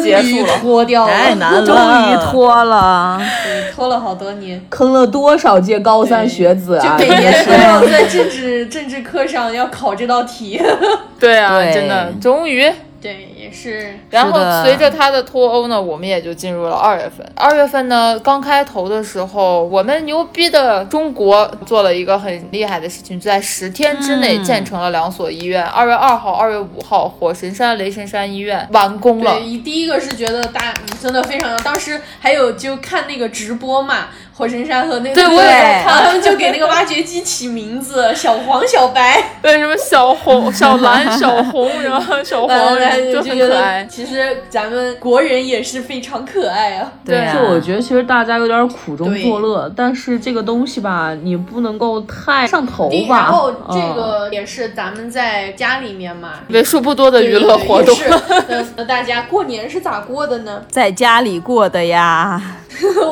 Speaker 6: 结束 了。
Speaker 5: 脱掉了，
Speaker 3: 太难
Speaker 10: 终于
Speaker 3: 了，
Speaker 10: 脱了。
Speaker 5: 对，拖了好多年。
Speaker 7: 坑了多少届高三学子啊！
Speaker 5: 就每
Speaker 7: 也
Speaker 5: 年
Speaker 7: 是
Speaker 5: 都要 在政治政治课上要考这道题。
Speaker 6: 对啊，
Speaker 10: 对
Speaker 6: 真的终于。
Speaker 5: 对，也是
Speaker 6: 然
Speaker 10: 是的
Speaker 6: 后随着他的脱欧呢，我们也就进入了二月份。二月份呢，刚开头的时候，我们牛逼的中国做了一个很厉害的事情，就在十天之内建成了两所医院。二、月二号、二月五号，火神山、雷神山医院完工了
Speaker 5: 对，。一第一个是觉得大真的非常，当时还有就看那个直播嘛，火神山和那个
Speaker 6: 对我也
Speaker 10: 在看
Speaker 5: 他们就给那个挖掘机起名 字，小黄、小白，
Speaker 6: 对，什么小 红、小蓝、小红，然后小 黄，
Speaker 5: 然后呃就
Speaker 6: 然后哎就
Speaker 5: 觉
Speaker 6: 很可
Speaker 5: 得
Speaker 6: 爱。
Speaker 5: 其实咱们国人也是非常可爱啊。
Speaker 4: 对呀、
Speaker 7: 就我觉得，其实大家有点苦中作乐，但是这个东西吧，你不能够太上头
Speaker 5: 第
Speaker 7: 吧。
Speaker 5: 然后这
Speaker 7: 嗯
Speaker 5: 个也是咱们在家里面嘛。
Speaker 6: 为数不多的娱乐活动，
Speaker 5: 对对对也是，那呃大家过年是咋过的呢？
Speaker 10: 在家里过的呀，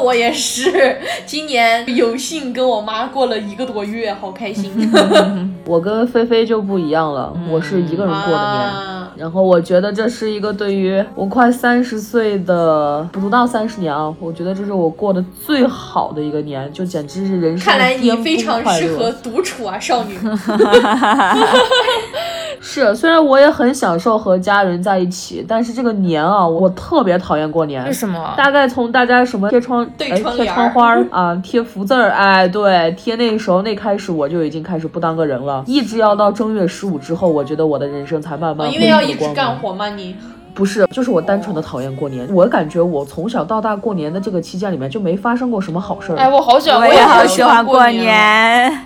Speaker 5: 我也是，今年有幸跟我妈过了一个多月，好开心。
Speaker 7: 我跟菲菲就不一样了，我是一个人过的年。
Speaker 5: 嗯啊
Speaker 7: 然后我觉得这是一个对于我快三十岁的不到三十年啊，我觉得这是我过得最好的一个年，就简直是人生
Speaker 5: 看来你
Speaker 7: 巅峰
Speaker 5: 非常
Speaker 7: 快
Speaker 5: 适
Speaker 7: 乐
Speaker 5: 合独处啊，少女。
Speaker 7: 是，虽然我也很享受和家人在一起，但是这个年啊，我特别讨厌过年。
Speaker 6: 为什么？
Speaker 7: 大概从大家什么贴窗
Speaker 5: 对
Speaker 7: 哎
Speaker 5: 窗
Speaker 7: 贴
Speaker 5: 帘
Speaker 7: 窗
Speaker 5: 儿
Speaker 7: 花儿啊，贴福字儿，哎，对，贴那个时候那开始我就已经开始不当个人了，一直要到正月十五之后，我觉得我的人生才慢慢
Speaker 5: 哦因为要
Speaker 7: 恢复
Speaker 5: 一直
Speaker 7: 光
Speaker 5: 干
Speaker 7: 明。
Speaker 5: 活嘛，你
Speaker 7: 不是，就是我单纯的讨厌过年，我感觉我从小到大过年的这个期间里面就没发生过什么好事儿。
Speaker 6: 哎，我好喜欢，
Speaker 10: 我也
Speaker 6: 也
Speaker 10: 好
Speaker 6: 好
Speaker 10: 喜欢过
Speaker 5: 过
Speaker 10: 年。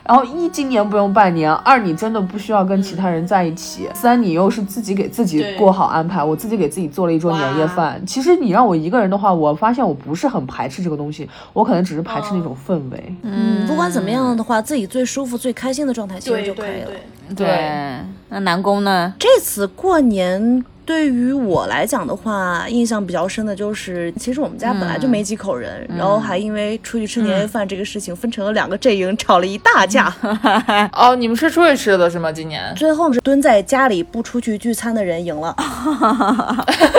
Speaker 7: 然后一今年不用拜年，二你真的不需要跟其他人在一起，三你又是自己给自己
Speaker 5: 对
Speaker 7: 过好安排。我自己给自己做了一桌年夜饭。其实你让我一个人的话，我发现我不是很排斥这个东西，我可能只是排斥那种氛围。
Speaker 3: 嗯，不管怎么样的话，自己最舒服、最开心的状态其实
Speaker 5: 对
Speaker 3: 就
Speaker 5: 对
Speaker 3: 可以了。
Speaker 5: 对，
Speaker 6: 对，，
Speaker 10: 那南宫呢？
Speaker 3: 这次过年。对于我来讲的话，印象比较深的就是，其实我们家本来就没几口人，
Speaker 5: 嗯
Speaker 3: 然后还因为出去吃年夜饭这个事情分成了两个阵营，吵了一大架。
Speaker 5: 嗯
Speaker 6: 哦，你们是出去吃的是吗？今年
Speaker 3: 最后是蹲在家里不出去聚餐的人赢 了。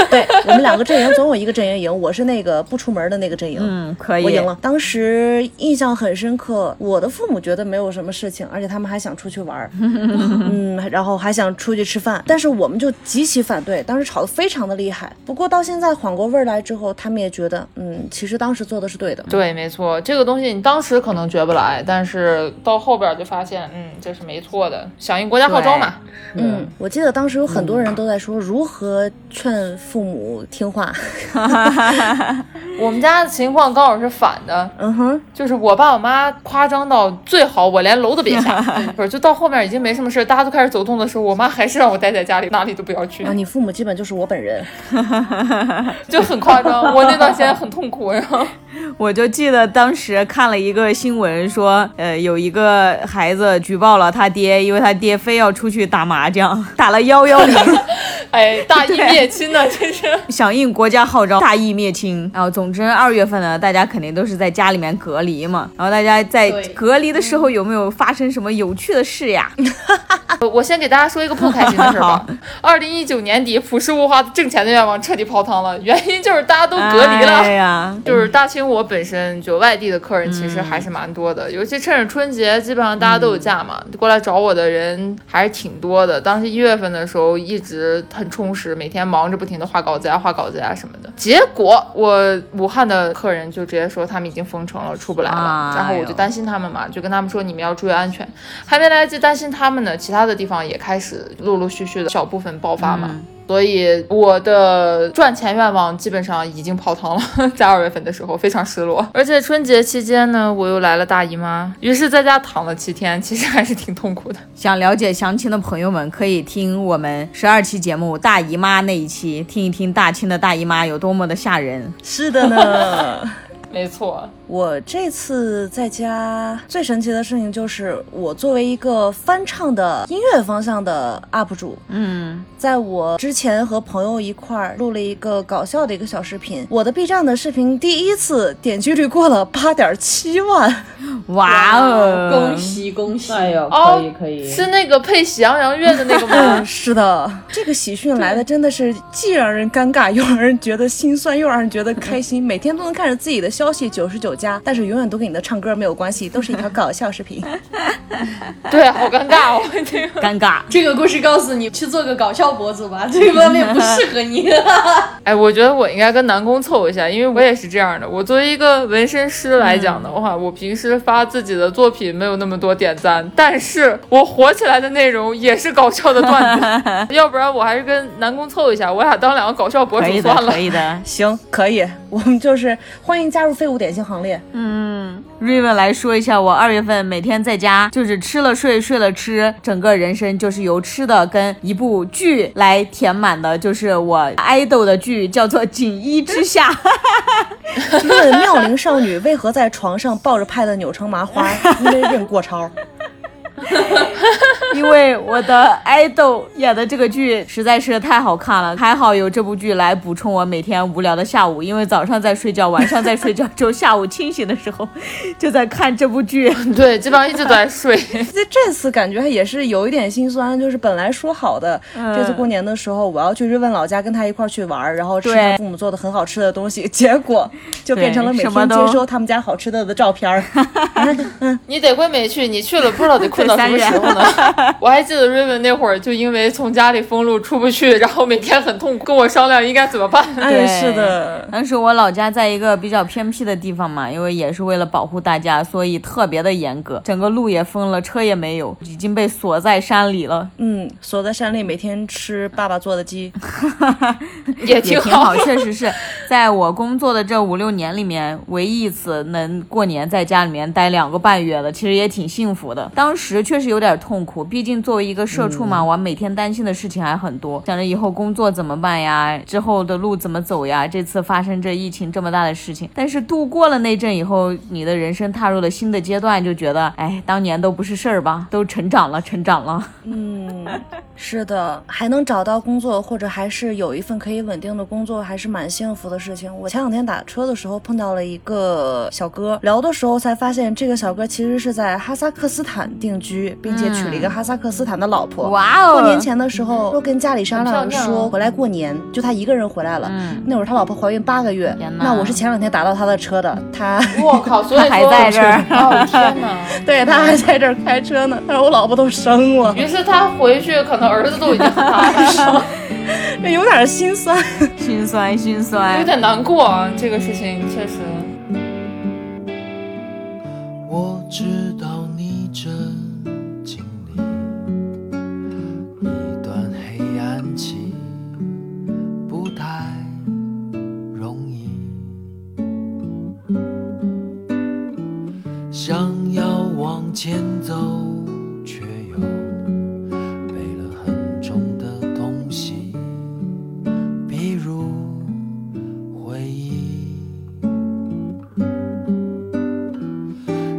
Speaker 3: 对我们两个阵营总有一个阵营赢，我是那个不出门的那个阵营。
Speaker 10: 嗯，可以。
Speaker 3: 我赢了，哎当时印象很深刻。我的父母觉得没有什么事情，而且他们还想出去玩儿， 嗯，然后还想出去吃饭，但是我们就极其反对，当时吵得非常的厉害。不过到现在缓过味儿来之后，他们也觉得，嗯，其实当时做的是对的。
Speaker 6: 对，没错，这个东西你当时可能觉不来，但是到后边就发现，嗯，这是没错的，响应国家号召嘛。
Speaker 3: 嗯，我记得当时有很多人都在说如何劝父母听话。
Speaker 6: 我们家的情况刚好是反的，
Speaker 3: 嗯哼，
Speaker 6: 就是我爸我妈夸张到最好我连楼都 别下，不是就到后面已经没什么事儿，大家都开始走动的时候，我妈还是让我待在家里，哪里都不要去
Speaker 3: 啊，，你父母基本就是我本人。
Speaker 6: 就很夸张。我那段时间很痛苦，然后
Speaker 10: 我就记得当时看了一个新闻说，呃，有一个 孩子举报了他爹，因为他爹非要出去打麻将，打了幺幺零，
Speaker 6: 哎，大义灭亲呢，真是。
Speaker 4: 响应国家号召，大义灭亲。然后，总之二月份呢，大家肯定都是在家里面隔离嘛。然后大家在
Speaker 5: 对
Speaker 4: 隔离的时候有没有发生什么有趣的事呀？
Speaker 6: 我我先给大家说一个不开心的事儿吧。二零一九年底，朴实无华挣钱的愿望彻底泡汤了，原因就是大家都隔离了。
Speaker 4: 哎呀，
Speaker 6: 就是大清，我本身就外地的客人其
Speaker 4: 嗯
Speaker 6: 实还是蛮多的，尤其趁着春节，基本上大家都有假嘛，过来找我的人还是挺多的。当时一月份的时候一直很充实，每天忙着不停的画稿子呀、画稿子呀什么的。结果我武汉的客人就直接说他们已经封城了，出不来了。
Speaker 4: 哎呦
Speaker 6: 然后我就担心他们嘛，就跟他们说你们要注意安全。还没来得及担心他们呢，其他的地方也开始陆陆续续的小部分爆发嘛。所以我的赚钱愿望基本上已经泡汤了， 在二月份的时候非常失落。而且春节期间呢，我又来了大姨妈，于是在家躺了七天，其实还是挺痛苦的。
Speaker 4: 想了解详情的朋友们，可以听我们十二期节目《大姨妈》那一期，听一听大清的大姨妈有多么的吓人。
Speaker 3: 是的 呢。
Speaker 6: 没错，
Speaker 3: 我这次在家最神奇的事情就是，我作为一个翻唱的音乐方向的 UP 主，嗯，在我之前和朋友一块儿录了一个搞笑的一个小视频，我的 B 站的视频第一次点击率过了八点七万，？
Speaker 4: 哇哦，
Speaker 5: 恭！喜恭喜！
Speaker 7: 哎呦，
Speaker 6: 哦
Speaker 7: 可以可以，
Speaker 6: 是那个配喜羊羊乐的那个吗
Speaker 3: 是的，这个喜讯来的真的是既让人尴尬，又让人觉得心酸，又让人觉得开心，每天都能看着自己的消息九十九加，但是永远都跟你的唱歌没有关系，都是一条搞笑视频。
Speaker 6: 对，好尴尬哦，这个。
Speaker 4: 尴尬。
Speaker 5: 这个故事告诉你，去做个搞笑博主 吧，这方面不适合你。
Speaker 6: 哎，我觉得我应该跟南宫凑一下，因为我也是这样的。我作为一个纹身师来
Speaker 4: 嗯
Speaker 6: 讲的话，我平时发自己的作品没有那么多点赞，但是我火起来的内容也是搞笑的段 子，要不然我还是跟南宫凑一下，我俩当两个搞笑博
Speaker 4: 可
Speaker 6: 主
Speaker 4: 以的，
Speaker 6: 算了
Speaker 4: 可。以的。
Speaker 3: 行，可以， 我们就是欢迎加入废物点心行列。
Speaker 4: Raven 来说一下，我二月份每天在家就是吃了睡，睡了吃，整个人生就是由吃的跟一部剧来填满的，就是我爱豆的剧叫做《锦衣之下》。
Speaker 3: 问妙龄少女为何在床上抱着 pad 扭成麻花？因为认过 超。
Speaker 4: 因为我的爱豆演的这个剧实在是太好看了，还好有这部剧来补充我每天无聊的下午。因为早上在睡觉，晚上在睡觉，只有下午清醒的时候就在看这部剧。
Speaker 6: 对，基本上一直都在睡。
Speaker 3: 这这次感觉也是有一点心酸，就是本来说好的，
Speaker 4: 嗯
Speaker 3: 这次过年的时候我要去瑞问老家跟他一块儿去玩儿，然后吃他
Speaker 4: 对
Speaker 3: 父母做的很好吃的东西， 结果就变成了每
Speaker 4: 对什么
Speaker 3: 天
Speaker 4: 都
Speaker 3: 接收他们家好吃的的照片 儿。哎
Speaker 6: 你得亏没去，你去了不知道得困到什么时 候呢。我还记得 Raven 那会儿就因为从家里封路出不去，然后每天很痛苦，跟我商量应该怎么办。
Speaker 3: 哎，
Speaker 4: 对
Speaker 3: 是的，
Speaker 4: 当时我老家在一个比较偏僻的地方嘛，因为也是为了保护大家，所以特别的严格，整个路也封了，车也没有，已经被锁在山里了，
Speaker 3: 嗯，锁在山里每天吃爸爸做的鸡，
Speaker 6: 也挺
Speaker 4: 也
Speaker 6: 好
Speaker 4: 挺好。确实是在我工作的这五六年里面，唯一一次能过年在家里面待两个半月的，其实也挺幸福的。当时确实有点痛苦，毕竟作为一个社畜
Speaker 10: 嗯
Speaker 4: 嘛，我每天担心的事情还很多，想着以后工作怎么办呀，之后的路怎么走呀。这次发生这疫情这么大的事情，但是度过了那阵以后，你的人生踏入了新的阶段，就觉得哎，当年都不是事儿吧，都成长了，成长了。
Speaker 3: 是的，还能找到工作，或者还是有一份可以稳定的工作，还是蛮幸福的事情。我前两天打车的时候碰到了一个小哥，聊的时候才发现，这个小哥其实是在哈萨克斯坦定居，并且娶了一个哈萨克斯坦的老婆。
Speaker 4: 嗯哇哦！
Speaker 3: 过年前的时候，又跟家里商量说回来过年，就他一个人回来了。那会儿他老婆怀孕八个月
Speaker 4: 嗯天，哪
Speaker 3: 那我是前两天打到他的车的，他
Speaker 6: 我靠，所以说
Speaker 4: 还在这儿
Speaker 6: 哦天哪！
Speaker 3: 对他还在这儿开车呢，他说我老婆都生
Speaker 4: 嗯
Speaker 3: 了，
Speaker 6: 于是他回去，可能儿子都已经很大了，
Speaker 3: 有点心酸。
Speaker 4: 心酸心 酸，
Speaker 6: 有点难过啊。这个事情确实，
Speaker 2: 我知道你正经历一段黑暗期，不太容易。想要往前走，却又背了很重的东西，比如回忆。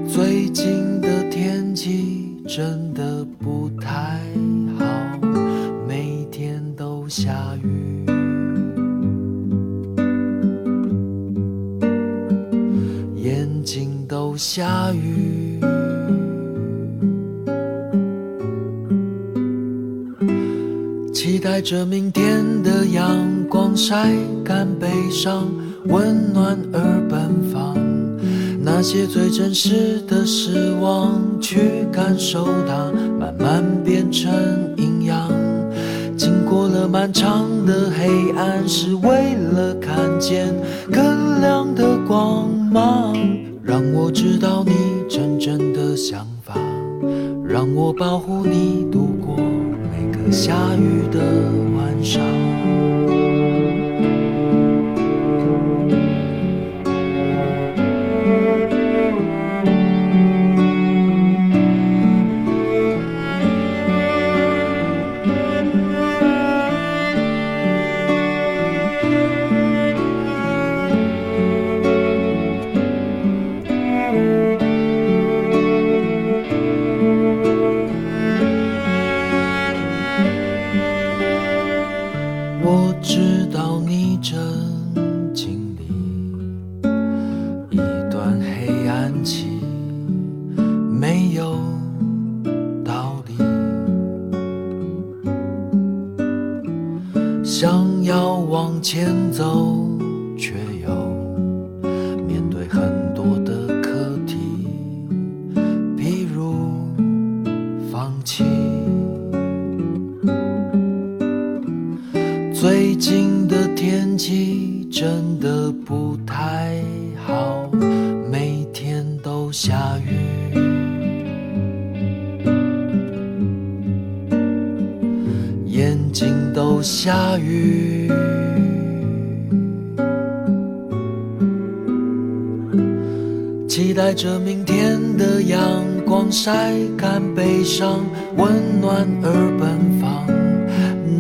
Speaker 2: 最近的天气真的不太好，每天都下风景都下雨。期待着明天的阳光晒干悲伤，温暖而奔放。那些最真实的失望，去感受它，慢慢变成营养。经过了漫长的黑暗，是为了看见更亮的光芒。让我知道你真正的想法，让我保护你度过每个下雨的晚上。我知道你正经历一段黑暗期，没有道理。想要往前走，却又面对很多的课题，譬如放弃。最近的天气真的不太好，每天都下雨。眼睛都下雨。期待着明天的阳光晒干悲伤，温暖而奔放。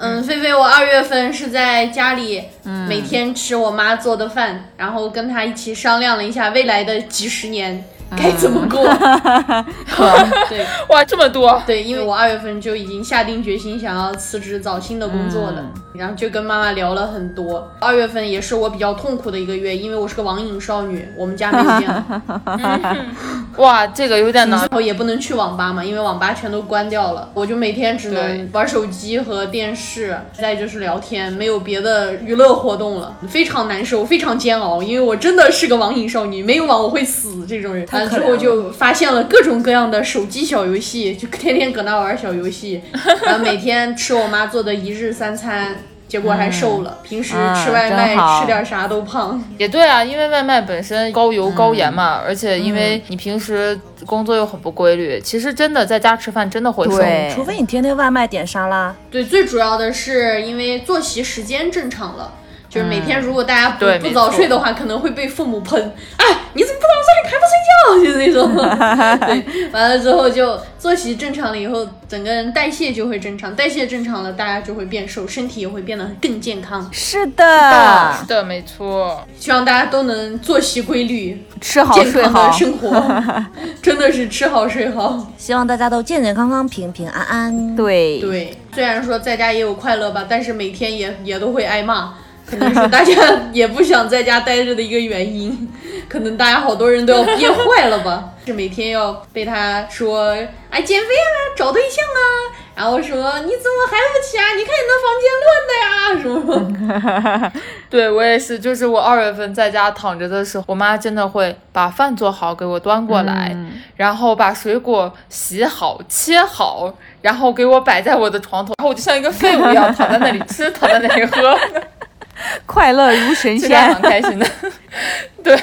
Speaker 5: 嗯，菲菲，我二月份是在家里
Speaker 10: 嗯
Speaker 5: 每天吃我妈做的饭，然后跟她一起商量了一下未来的几十年
Speaker 10: 嗯
Speaker 5: 该怎么 过。 对
Speaker 6: 哇，这么多，
Speaker 5: 对，因为我二月份就已经下定决心想要辞职找新的工作了，然后就跟妈妈聊了很多。二月份也是我比较痛苦的一个月，因为我是个网瘾少女，我们家没有电脑，
Speaker 6: 哇，这个有点难
Speaker 5: 然。后也不能去网吧嘛，因为网吧全都关掉了，我就每天只能
Speaker 6: 对
Speaker 5: 玩手机和电视，再就是聊天，没有别的娱乐活动了，非常难受，非常煎熬，因为我真的是个网瘾少女，没有网我会死这种人。完了之后就发现了各种各样的手机小游戏，就天天搁那玩小游戏，然后每天吃我妈做的一日三餐。结果还瘦了，平时
Speaker 10: 啊
Speaker 5: 吃外卖、
Speaker 10: 真好
Speaker 5: 吃点啥都胖。
Speaker 6: 也对啊，因为外卖本身高油高盐嘛，而且因为你平时工作又很不规律，其实真的在家吃饭真的会瘦。
Speaker 10: 对，
Speaker 3: 除非你天天外卖点沙拉，
Speaker 5: 对，最主要的是因为作息时间正常了，
Speaker 10: 嗯
Speaker 5: 就是每天如果大家不、
Speaker 6: 对
Speaker 5: 不
Speaker 6: 没
Speaker 5: 早
Speaker 6: 错
Speaker 5: 睡的话，可能会被父母喷。哎，你怎么不早睡，还不睡觉？就那 种。对，完了之后就作息正常了以后，整个人代谢就会正常，代谢正常了，大家就会变瘦，身体也会变得更健康。
Speaker 10: 是的，
Speaker 6: 是的，没错。
Speaker 5: 希望大家都能作息规律，
Speaker 10: 吃好
Speaker 5: 健
Speaker 10: 睡
Speaker 5: 康的
Speaker 10: 好。
Speaker 5: 生活，真的是吃好睡好。
Speaker 3: 希望大家都健健康康、平平安安。
Speaker 10: 对，
Speaker 5: 对，虽然说在家也有快乐吧，但是每天也也都会挨骂，可能 是大家也不想在家待着的一个原因。可能大家好多人都要憋坏了吧，是每天要被他说哎减肥啊，找对象啊，然后说你怎么还不起啊？你看你那房间乱的呀，什
Speaker 7: 嗯
Speaker 5: 么什么。
Speaker 6: 对我也是，就是我二月份在家躺着的时候，我妈真的会把饭做好给我端过来，
Speaker 10: 嗯
Speaker 6: 然后把水果洗好、切好，然后给我摆在我的床头，然后我就像一个废物一样躺在那里吃，躺在那里喝，
Speaker 10: 快乐如神
Speaker 6: 其实还
Speaker 10: 仙
Speaker 6: 蛮。开心的。 对，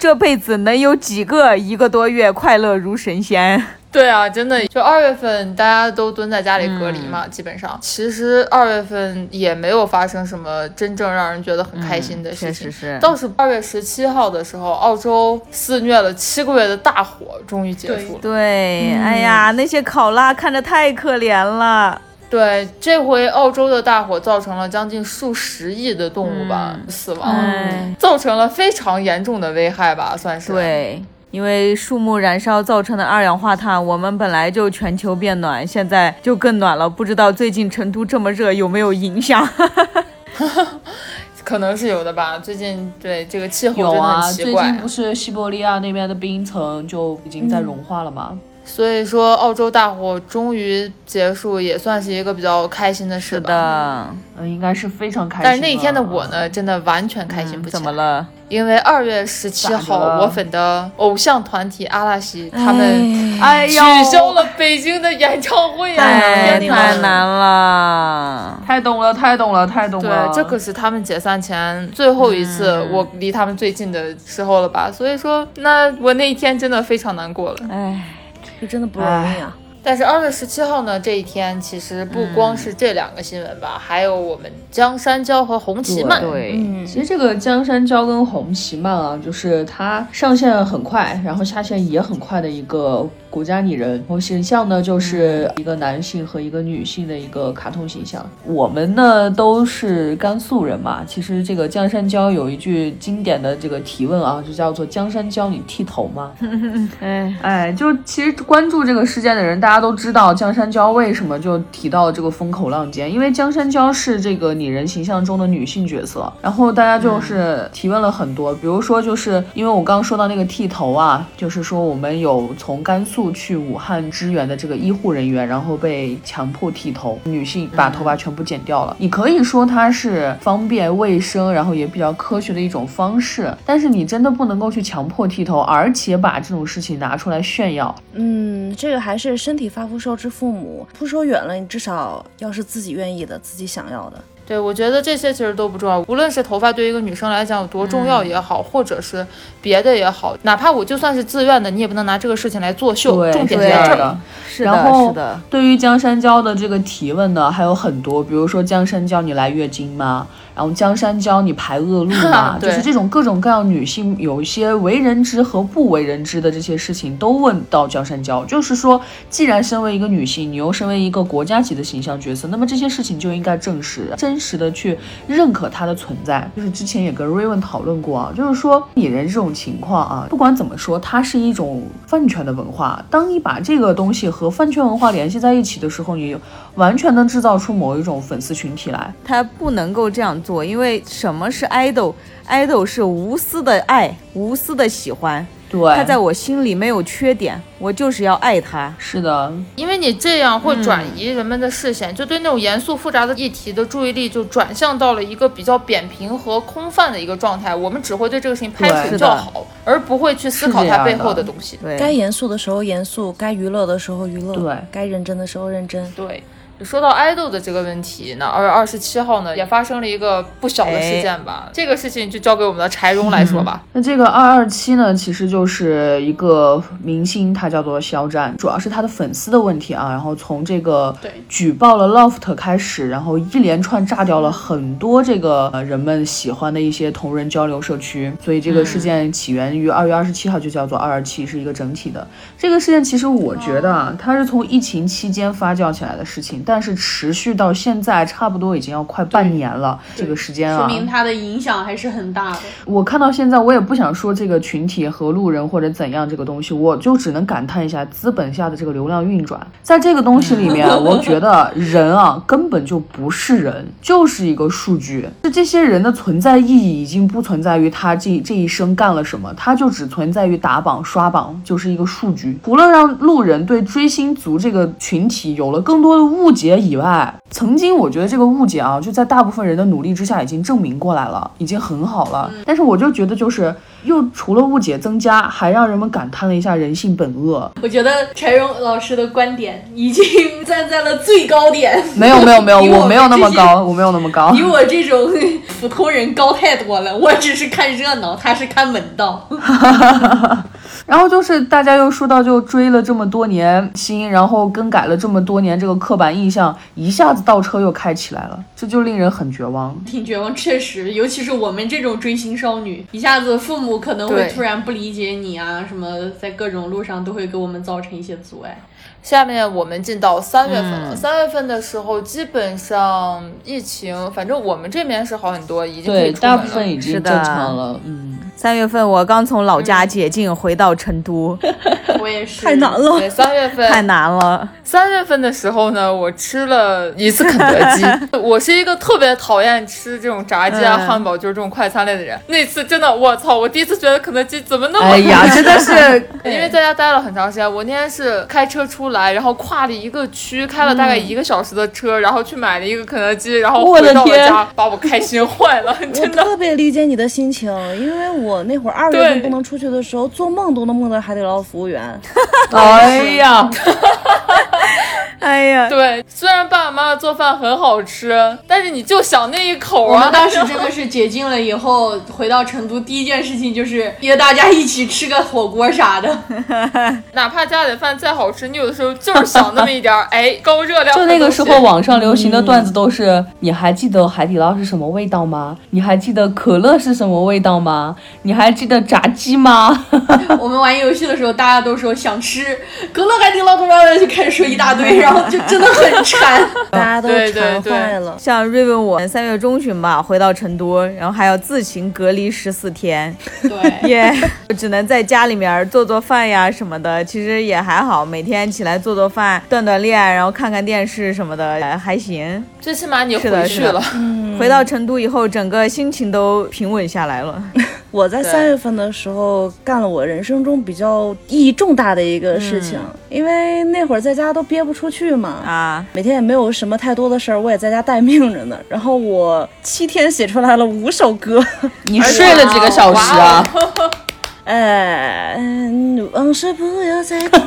Speaker 10: 这辈子能有几个一个多月快乐如神仙？
Speaker 6: 对啊，真的，就二月份大家都蹲在家里隔离
Speaker 10: 嗯
Speaker 6: 嘛，基本上。其实二月份也没有发生什么真正让人觉得很开心的事情。
Speaker 10: 嗯确实
Speaker 7: 嗯
Speaker 10: 是
Speaker 6: 倒是二月十七号的时候，澳洲肆虐了七个月的大火终于结束了。
Speaker 10: 对，哎呀，那些考拉看着太可怜了。
Speaker 6: 对这回澳洲的大火造成了将近数十亿的动物吧、
Speaker 7: 嗯
Speaker 6: 死亡，
Speaker 10: 哎，
Speaker 6: 造成了非常严重的危害吧，算是。。
Speaker 10: 对，因为树木燃烧造成的二氧化碳，我们本来就全球变暖，现在就更暖了。不知道最近成都这么热有没有影响？
Speaker 6: 可能是有的吧，最近对这个气候真
Speaker 7: 有
Speaker 6: 的
Speaker 7: 啊，
Speaker 6: 很奇
Speaker 7: 最
Speaker 6: 怪。
Speaker 7: 近不是西伯利亚那边的冰层就已经在融化了
Speaker 6: 嗯
Speaker 7: 吗？
Speaker 6: 所以说，澳洲大火终于结束，也算是一个比较开心的事
Speaker 10: 是
Speaker 6: 吧。
Speaker 10: 的，
Speaker 7: 嗯，应该是非常开心。
Speaker 6: 但是那一天的我？呢，真的完全开心
Speaker 10: 嗯
Speaker 6: 不起
Speaker 10: 怎
Speaker 6: 来。
Speaker 10: 么？了？
Speaker 6: 因为二月十七号
Speaker 7: 咋的，了
Speaker 6: 我粉的偶像团体阿拉西他们
Speaker 10: 哎哎
Speaker 6: 取
Speaker 10: 呦，
Speaker 6: 消了北京的演唱会 啊！
Speaker 10: 哎，
Speaker 6: 天
Speaker 10: 太
Speaker 6: 呐！
Speaker 10: 难了。
Speaker 7: 太懂了，太懂了，太懂了。
Speaker 6: 对，这可是他们解散前最后一次我
Speaker 10: 嗯
Speaker 6: 离他们最近的时候了吧？所以说，那我那一天真的非常难过了。
Speaker 10: 哎，
Speaker 3: 这真的不容易啊！
Speaker 6: 但是二月十七号呢，这一天其实不光
Speaker 10: 嗯
Speaker 6: 是这两个新闻吧，还有我们江山娇和红旗曼。
Speaker 10: 对，
Speaker 3: 嗯，
Speaker 7: 其实这个江山娇跟红旗曼啊，就是它上线很快，然后下线也很快的一个国家拟人，然后形象呢就是
Speaker 6: 嗯
Speaker 7: 一个男性和一个女性的一个卡通形象。我们呢都是甘肃人嘛，其实这个江山娇有一句经典的这个提问啊，就叫做“江山娇，你剃头吗？”
Speaker 10: 哎，
Speaker 7: 哎，就其实关注这个事件的人，大家都知道江山娇为什么就提到了这个风口浪尖，因为江山娇是这个拟人形象中的女性角色。然后大家就是提问了很多，比如说就是因为我刚刚说到那个剃头啊，就是说我们有从甘肃去武汉支援的这个医护人员，然后被强迫剃头，女性把
Speaker 6: 嗯
Speaker 7: 头发全部剪掉了。你可以说它是方便卫生，然后也比较科学的一种方式，但是你真的不能够去强迫剃头，而且把这种事情拿出来炫耀。
Speaker 3: 嗯，这个还是身体发肤受之父母，不说远了，你至少要是自己愿意的，自己想要的。
Speaker 6: 对，我觉得这些其实都不重要，无论是头发对于一个女生来讲有多重要
Speaker 7: 嗯
Speaker 6: 也好，或者是别的也好，哪怕我就算是自愿的，你也不能拿这个事情来作秀。
Speaker 7: 对，
Speaker 6: 重点
Speaker 7: 是
Speaker 6: 在这
Speaker 7: 这样
Speaker 6: 儿。
Speaker 7: 的。
Speaker 10: 是
Speaker 7: 然
Speaker 10: 的，
Speaker 7: 后
Speaker 10: 是的，
Speaker 7: 对于江山娇的这个提问呢，还有很多，比如说江山娇你来月经吗？然后江山娇你排恶露 吗？就
Speaker 6: 对
Speaker 7: 是这种各种各样女性有一些为人知和不为人知的这些事情都问到江山娇，就是说，既然身为一个女性，你又身为一个国家级的形象角色，那么这些事情就应该正视，真实的去认可它的存在。 就是之前也跟 Raven 讨论过啊，就是说拟人这种情况啊，不管怎么说，它是一种饭圈的文化。当你把这个东西和饭圈文化联系在一起的时候，你完全能制造出某一种粉丝群体来。
Speaker 10: 他不能够这样做，因为什么是 idol？idol 是无私的爱，无私的喜欢，
Speaker 7: 对，
Speaker 10: 他在我心里没有缺点，我就是要爱他。
Speaker 7: 是的，
Speaker 6: 因为你这样会转
Speaker 7: 嗯
Speaker 6: 移人们的视线，就对那种严肃复杂的议题的注意力就转向到了一个比较扁平和空泛的一个状态。我们只会对这个事情拍
Speaker 7: 对
Speaker 6: 手
Speaker 10: 是的
Speaker 6: 叫好，而不会去思考
Speaker 7: 是这
Speaker 6: 它
Speaker 7: 样的
Speaker 6: 背后的东西。
Speaker 10: 对，
Speaker 3: 该严肃的时候严肃，该娱乐的时候娱乐，
Speaker 7: 对
Speaker 3: 该认真的时候认真。
Speaker 6: 对，说到爱豆的这个问题呢，二月二十七号呢也发生了一个不小的
Speaker 7: 哎
Speaker 6: 事件吧，这个事情就交给我们的柴荣来说吧。
Speaker 7: 那这个二二七呢，其实就是一个明星，他叫做肖战，主要是他的粉丝的问题啊。然后从这个
Speaker 5: 对
Speaker 7: 举报了 LOFT 开始，然后一连串炸掉了很多这个呃人们喜欢的一些同人交流社区。所以这个事件起源于二月二十七号，就叫做二二七，是一个整体的。这个事件其实我觉得啊，它是从疫情期间发酵起来的事情，但是持续到现在，差不多已经要快半年了。这个时间啊，
Speaker 5: 说明它的影响还是很大的。
Speaker 7: 我看到现在，我也不想说这个群体和路人或者怎样这个东西，我就只能感叹一下资本下的这个流量运转。在这个东西里面，我觉得人啊根本就不是人，就是一个数据。就这些人的存在意义已经不存在于他这这一生干了什么，他就只存在于打榜刷榜，就是一个数据。除了让路人对追星族这个群体有了更多的误解以外，曾经我觉得这个误解啊，就在大部分人的努力之下已经证明过来了，已经很好了。但是我就觉得，就是又除了误解增加，还让人们感叹了一下人性本恶。
Speaker 5: 我觉得柴荣老师的观点已经 站在了最高点，
Speaker 7: 没有没有没有，
Speaker 5: 比
Speaker 7: 我没有那么
Speaker 5: 这些，
Speaker 7: 高，我没有那么高
Speaker 5: 比。我这种普通人高太多了。我只是看热闹，他是看门道。
Speaker 7: 然后就是大家又说到，就追了这么多年星，然后更改了这么多年这个刻板印象，一下子倒车又开起来了，这就令人很绝望。
Speaker 5: 挺绝望，确实，尤其是我们这种追星少女，一下子父母可能会
Speaker 6: 对
Speaker 5: 突然不理解你啊，什么在各种路上都会给我们造成一些阻碍。
Speaker 6: 下面我们进到三月份
Speaker 7: 嗯
Speaker 6: 了。三、月份的时候，基本上疫情，反正我们这边是好很多，已经可以
Speaker 7: 对，
Speaker 6: 出门
Speaker 7: 大
Speaker 6: 了。
Speaker 7: 部分已经
Speaker 10: 是
Speaker 7: 正
Speaker 10: 的
Speaker 7: 常了。嗯，
Speaker 10: 三月份我刚从老家解禁回到成 都，
Speaker 5: 我也是，
Speaker 3: 太难了。
Speaker 6: 对，三月份
Speaker 10: 太难了。
Speaker 6: 三月份的时候呢，我吃了一次肯德 基。我是一个特别讨厌吃这种炸鸡啊、
Speaker 10: 嗯
Speaker 6: 汉堡，就是这种快餐类的人。那次真的，我操！我第一次觉得肯德基怎么那么……
Speaker 7: 哎呀，真的是
Speaker 6: 因为在家待了很长时间，我那天是开车出来，然后跨了一个区，开了大概一个小时的车，然后去买了一个肯德基，然后
Speaker 7: 我
Speaker 6: 回
Speaker 7: 的
Speaker 6: 到了
Speaker 7: 天
Speaker 6: 家，把我开心坏 了，
Speaker 3: 我
Speaker 6: 真的。
Speaker 3: 特别理解你的心情，因为我那会儿二月
Speaker 6: 对
Speaker 3: 份不能出去的时候，做梦都能梦到海底捞服务 员。
Speaker 7: 哎呀，
Speaker 10: 哎呀，
Speaker 6: 对，虽然爸爸妈妈做饭很好吃，但是你就想那一口
Speaker 5: 我
Speaker 6: 啊
Speaker 5: 们。当时真的是解禁了以后，回到成都第一件事情就是约大家一起吃个火锅啥的。
Speaker 6: 哪怕家里的饭再好吃，你有的时候就是想那么一点儿，哎，高热量。
Speaker 7: 就那个时候，，网上流行的段子都是：你还记得海底捞是什么味道吗？你还记得可乐是什么味道吗？你还记得炸鸡吗？
Speaker 5: 我们玩游戏的时候，大家都说想吃可乐、海底捞、多少人，就开始说一大堆，然后就真的很馋。
Speaker 3: 大家都
Speaker 6: 对对
Speaker 3: 馋
Speaker 6: 对
Speaker 3: 坏了。
Speaker 10: 像瑞文我三月中旬吧回到成都，然后还要自行隔离十四 天，
Speaker 5: 对，
Speaker 10: 也、只能在家里面做做饭呀什么的，其实也还好，每天起来做做饭、锻锻炼，然后看看电视什么的，呃还行。
Speaker 6: 最起码你
Speaker 10: 是的
Speaker 6: 回去
Speaker 10: 是的
Speaker 6: 了。
Speaker 10: 回到成都以后，整个心情都平稳下来了。
Speaker 3: 我在
Speaker 6: 对
Speaker 3: 三月份的时候干了我人生中比较意义重大的一个事情，因为那会儿在家都憋不出去嘛，
Speaker 10: 啊，
Speaker 3: 每天也没有什么太多的事儿，我也在家待命着呢。然后我七天写出来了五首歌，
Speaker 7: 你睡了几个
Speaker 6: 哦
Speaker 7: 小时啊？
Speaker 3: 哎，嗯往事不要再提，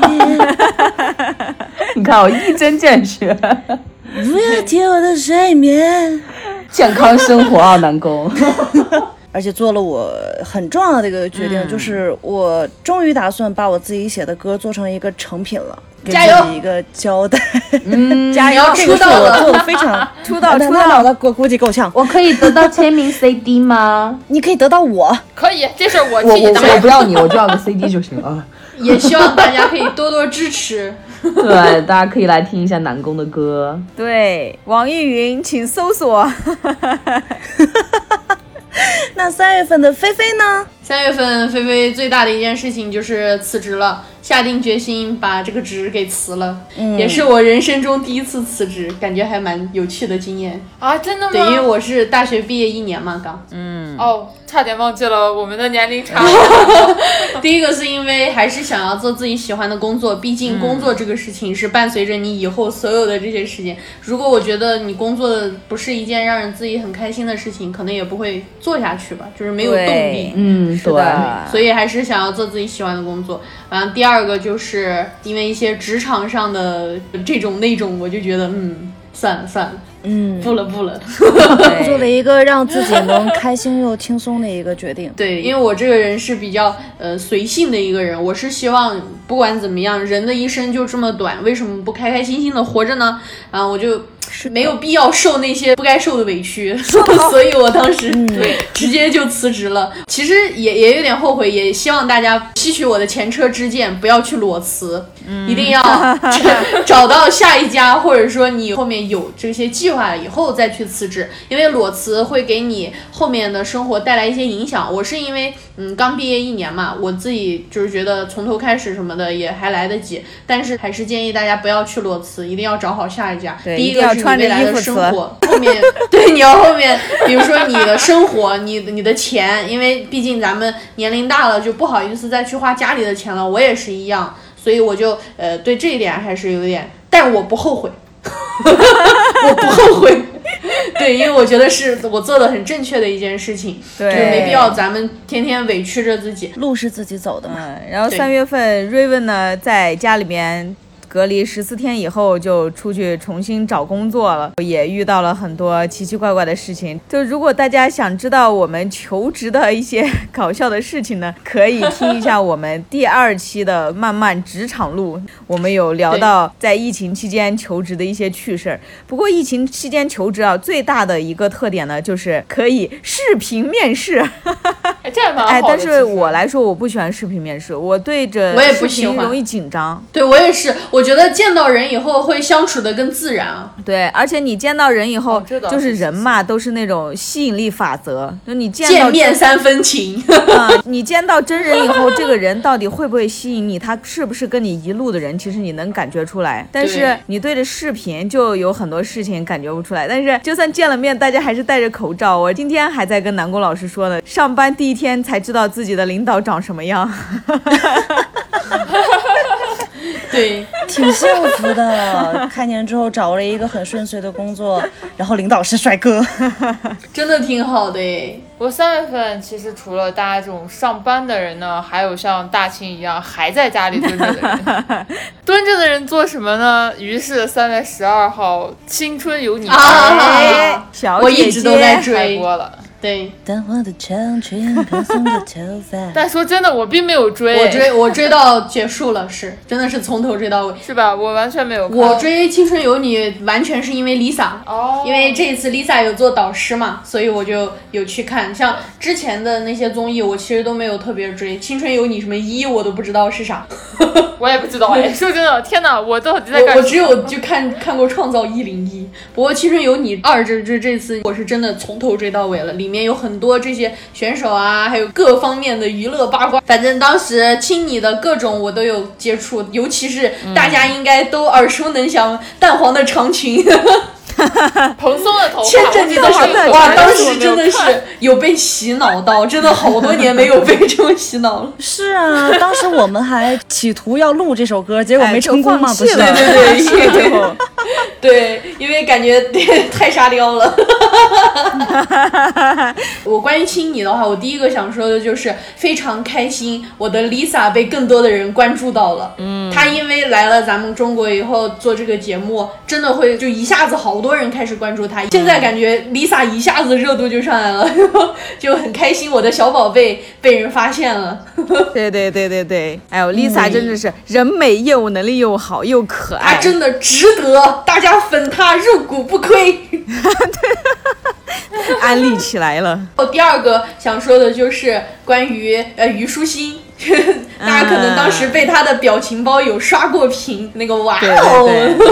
Speaker 7: 你看我一针见血，
Speaker 3: 不要提我的睡眠。
Speaker 7: 健康生活啊，南宫。
Speaker 3: 而且做了我很重要的一个决
Speaker 7: 嗯
Speaker 3: 定，就是我终于打算把我自己写的歌做成一个成品了，给自
Speaker 5: 加油
Speaker 3: 己一个交代。
Speaker 7: 嗯
Speaker 10: 加油！
Speaker 3: 这个是我做的非 常出
Speaker 10: 道出道
Speaker 3: 脑袋估估计够呛。
Speaker 7: 我可以得到签名 CD 吗？
Speaker 3: 你可以得到我，
Speaker 6: 可以，这事儿我
Speaker 7: 我
Speaker 6: 替
Speaker 7: 我
Speaker 6: 你答
Speaker 7: 我不要你，我就要个 CD 就行啊。
Speaker 5: 也希望大家可以多多支持。
Speaker 7: 对，大家可以来听一下南宫的歌。
Speaker 10: 对，网易云请搜 索。
Speaker 3: 那三月份的菲菲呢？
Speaker 5: 三月份，菲菲最大的一件事情就是辞职了，下定决心把这个职给辞了，也是我人生中第一次辞职，感觉还蛮有趣的经验。
Speaker 6: 啊，真的吗？
Speaker 5: 对，因为我是大学毕业一年嘛，刚。
Speaker 6: 哦，差点忘记了我们的年龄差。
Speaker 5: 第一个是因为还是想要做自己喜欢的工作，毕竟工作这个事情是伴随着你以后所有的这些事情。如果我觉得你工作的不是一件让人自己很开心的事情，可能也不会做下去吧，就是没有动力
Speaker 10: 对。
Speaker 7: 嗯，对。
Speaker 5: 所以还是想要做自己喜欢的工作。然后第二个就是因为一些职场上的这种那种，我就觉得嗯，算了算了，
Speaker 3: 嗯，
Speaker 5: 不了不了。
Speaker 3: 做了一个让自己能开心又轻松的一个决定。
Speaker 5: 对，因为我这个人是比较呃随性的一个人，我是希望不管怎么样，人的一生就这么短，为什么不开开心心的活着呢？啊，我就没有必要受那些不该受的委屈，所以我当时对直接就辞职了。其实也也有点后悔，也希望大家吸取我的前车之鉴，不要去裸辞，一定要
Speaker 4: 嗯
Speaker 5: 找到下一家，或者说你后面有这些计划了以后再去辞职，因为裸辞会给你后面的生活带来一些影响。我是因为嗯刚毕业一年嘛，我自己就是觉得从头开始什么的也还来得及，但是还是建议大家不要去裸辞，一定要找好下一家。
Speaker 4: 对
Speaker 5: 第
Speaker 4: 一
Speaker 5: 个
Speaker 4: 定要
Speaker 5: 是你
Speaker 4: 穿着
Speaker 5: 未来
Speaker 4: 衣
Speaker 5: 的
Speaker 4: 服
Speaker 5: 生
Speaker 4: 辞
Speaker 5: 活，后 面对你要后面，比如说你的生活，你你的钱，因为毕竟咱们年龄大了，就不好意思再去花家里的钱了。我也是一样，所以我就呃对这一点还是有点，但我不后 悔，我不后悔。 对，因为我觉得是我做的很正确的一件事情，
Speaker 4: 对
Speaker 5: 就没必要咱们天天委屈着自己。
Speaker 3: 路是自己走的嘛，
Speaker 4: 然后
Speaker 5: 对
Speaker 4: 三月份，Raven 呢在家里面隔离十四天以后，就出去重新找工作了，也遇到了很多奇奇怪怪的事情。就如果大家想知道我们求职的一些 搞笑的事情呢，可以听一下我们第二期的《漫漫职场路》，我们有聊到在疫情期间求职的一些趣事儿。不过疫情期间求职啊，最大的一个特点呢，就是可以视频面试。
Speaker 6: 哎，这还蛮好
Speaker 4: 哎，
Speaker 6: 的。
Speaker 4: 但
Speaker 6: 其
Speaker 4: 是
Speaker 6: 实哦
Speaker 4: 我来说，我不喜欢视频面试，我对着
Speaker 5: 我也不
Speaker 4: 视
Speaker 5: 喜
Speaker 4: 频
Speaker 5: 欢
Speaker 4: 容易紧张。
Speaker 5: 对我也是，我觉得见到人以后会相处的更自然啊。
Speaker 4: 对，而且你见到人以后，
Speaker 6: 哦这倒
Speaker 4: 就是
Speaker 6: 是
Speaker 4: 人嘛，都是那种吸引力法则，就你见到
Speaker 5: 见面三分 情，
Speaker 4: 啊、你见到真人以后，这个人到底会不会吸引你，他是不是跟你一路的人，其实你能感觉出来。但是
Speaker 5: 对
Speaker 4: 你对着视频就有很多事情感觉不出来。但是就算见了面，大家还是戴着口罩。我今天还在跟南宫老师说呢，上班第一天才知道自己的领导长什么样。
Speaker 5: 对，
Speaker 3: 挺幸福的。开年之后找了一个很顺遂的工作，然后领导是帅哥，
Speaker 5: 真的挺好 的
Speaker 4: 哎
Speaker 5: 诶。
Speaker 6: 我三月份其实除了大家这种上班的人呢，还有像大庆一样还在家里蹲着的人，蹲着的人做什么呢？于是三月十二号，《青春有你》
Speaker 5: 啊
Speaker 4: 哎，小姐姐，
Speaker 5: 我一直都在
Speaker 6: 开
Speaker 5: 追，
Speaker 6: 播了。
Speaker 5: 对
Speaker 3: 当我的长裙飘送着头发。
Speaker 6: 但说真的，我并没有追，
Speaker 5: 我追我追到结束了，是真的是从头追到尾。
Speaker 6: 是吧？我完全没有看。
Speaker 5: 我追《青春有你》完全是因为 Lisa，
Speaker 6: 哦，
Speaker 5: 因为这一次 Lisa 有做导师嘛，所以我就有去看。像之前的那些综艺，我其实都没有特别追，《青春有你》什么一我都不知道是啥，
Speaker 6: 我也不 知道哎。说真的，天哪，我到底在干
Speaker 5: 我我
Speaker 6: 什么？
Speaker 5: 只有就看看过《创造一零一》，不过《青春有你二》这这这次我是真的从头追到尾了，里面有很多这些选手啊，还有各方面的娱乐八卦，反正当时亲你的各种我都有接触，尤其是大
Speaker 6: 嗯
Speaker 5: 家应该都耳熟能详淡黄的长裙。
Speaker 6: 蓬松的头发，
Speaker 5: 牵着你的手
Speaker 6: 我真 是，
Speaker 5: 哇！
Speaker 6: 我
Speaker 5: 当
Speaker 6: 真
Speaker 5: 时
Speaker 6: 没有
Speaker 5: 真的
Speaker 6: 看
Speaker 5: 是 有被洗脑到，真的好多年没有被这么洗脑了。
Speaker 3: 是啊，当时我们还企图要录这首歌，结果
Speaker 4: 哎
Speaker 3: 没
Speaker 4: 就
Speaker 3: 成功嘛，
Speaker 4: 放
Speaker 3: 不
Speaker 4: 弃
Speaker 3: 是？
Speaker 4: 了
Speaker 5: 对对对
Speaker 4: 最后
Speaker 5: 对，因为感觉 太沙雕 了。我关于亲你的话，我第一个想说的就是非常开心，我的 Lisa 被更多的人关注到了。嗯，她因为来了咱们中国以后做这个节目，真的会就一下子好多人开始关注她。现在感觉 Lisa 一下子热度就上来了， 就很开心，我的小宝贝被人发现了。
Speaker 4: 对对对对对，哎呦，Lisa 真的是人美业务能力又好又可
Speaker 5: 啊，
Speaker 4: 爱，
Speaker 5: 真的值得，大家粉他入股不亏。
Speaker 4: 安利起来了。
Speaker 5: 我哦第二个想说的就是关于呃虞书欣。 大家可能当时被他的表情包有刷过屏，那个哇
Speaker 4: 嗯对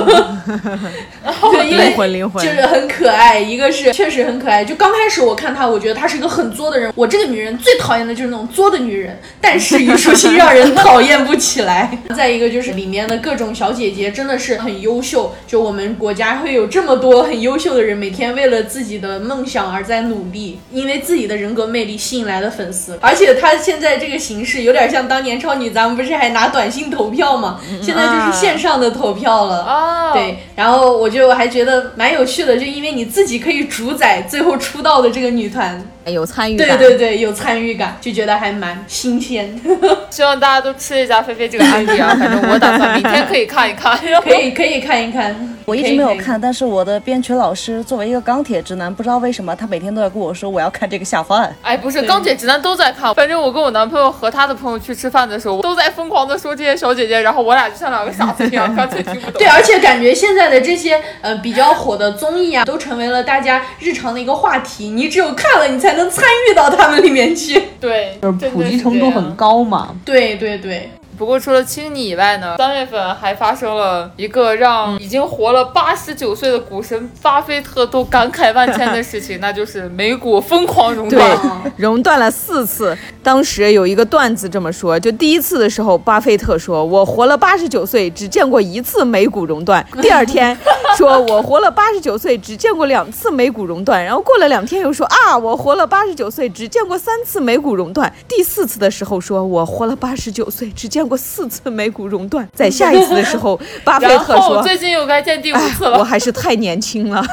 Speaker 5: 哦，
Speaker 4: 对，
Speaker 5: 因为
Speaker 4: 灵魂灵魂，
Speaker 5: 就是很可爱。一个是确实很可爱，就刚开始我看她，我觉得她是一个很作的人。我这个女人最讨厌的就是那种作的女人，但是虞书 欣让人讨厌不起来。再一个就是里面的各种小姐姐真的是很优秀，就我们国家会有这么多很优秀的人，每天为了自己的梦想而在努力，因为自己的人格魅力吸引来的粉丝。而且她现在这个形式有点像当年超女，咱们不是还拿短信投票吗？现在
Speaker 4: 嗯
Speaker 5: 就是线上的投票了。
Speaker 6: 哦，
Speaker 3: 嗯
Speaker 5: 对，然后我就还觉得蛮有趣的，就因为你自己可以主宰最后出道的这个女团，
Speaker 10: 有参与
Speaker 5: 对
Speaker 10: 感。
Speaker 5: 对对，有参与感，就觉得还蛮新鲜，
Speaker 6: 希望大家都吃一下菲菲这个案例啊，反正我打算明天可以看一看。
Speaker 5: 可以可以看一看。
Speaker 3: 我一
Speaker 5: 可
Speaker 3: 直
Speaker 5: 以
Speaker 3: 没有
Speaker 5: 可以
Speaker 3: 看，但是我的编曲老师作为一个钢铁直男，不知道为什么他每天都在跟我说我要看这个下饭。
Speaker 6: 哎，不是，钢铁直男都在看。反正我跟我男朋友和他的朋友去吃饭的时候，都在疯狂的说这些小姐姐，然后我俩就像两个傻子一 样，干脆听不懂。
Speaker 5: 对，而且感觉现在的这些呃比较火的综艺啊，都成为了大家日常的一个话题。你只有看了，你才能参与到他们里面去。
Speaker 6: 对，
Speaker 7: 就是普及程度很
Speaker 6: 高。
Speaker 7: 高嘛。
Speaker 5: 对对对，
Speaker 6: 不过除了青你以外呢，三月份还发生了一个让
Speaker 10: 嗯
Speaker 6: 已经活了八十九岁的股神巴菲特都感慨万千的 事情，那就是美股疯狂熔 断。
Speaker 10: 对，熔断了四次。当时有一个段子这么说：就第一次的时候，巴菲特说：“我活了八十九岁，只见过一次美股熔 断。”第二天说：“我活了八十九岁，只见过两次美股熔断。”然后过了两天又说：“啊，我活了八十九岁，只见过三次美股熔断。”第四次的时候说：“我活了八十九岁，只见过四次美股熔 断。”在下一次的时候，巴菲
Speaker 6: 然
Speaker 10: 特
Speaker 6: 后
Speaker 10: 说啊
Speaker 6: 最近又该 见第五：“次
Speaker 10: 我
Speaker 6: 了。
Speaker 10: 还是太年轻了。”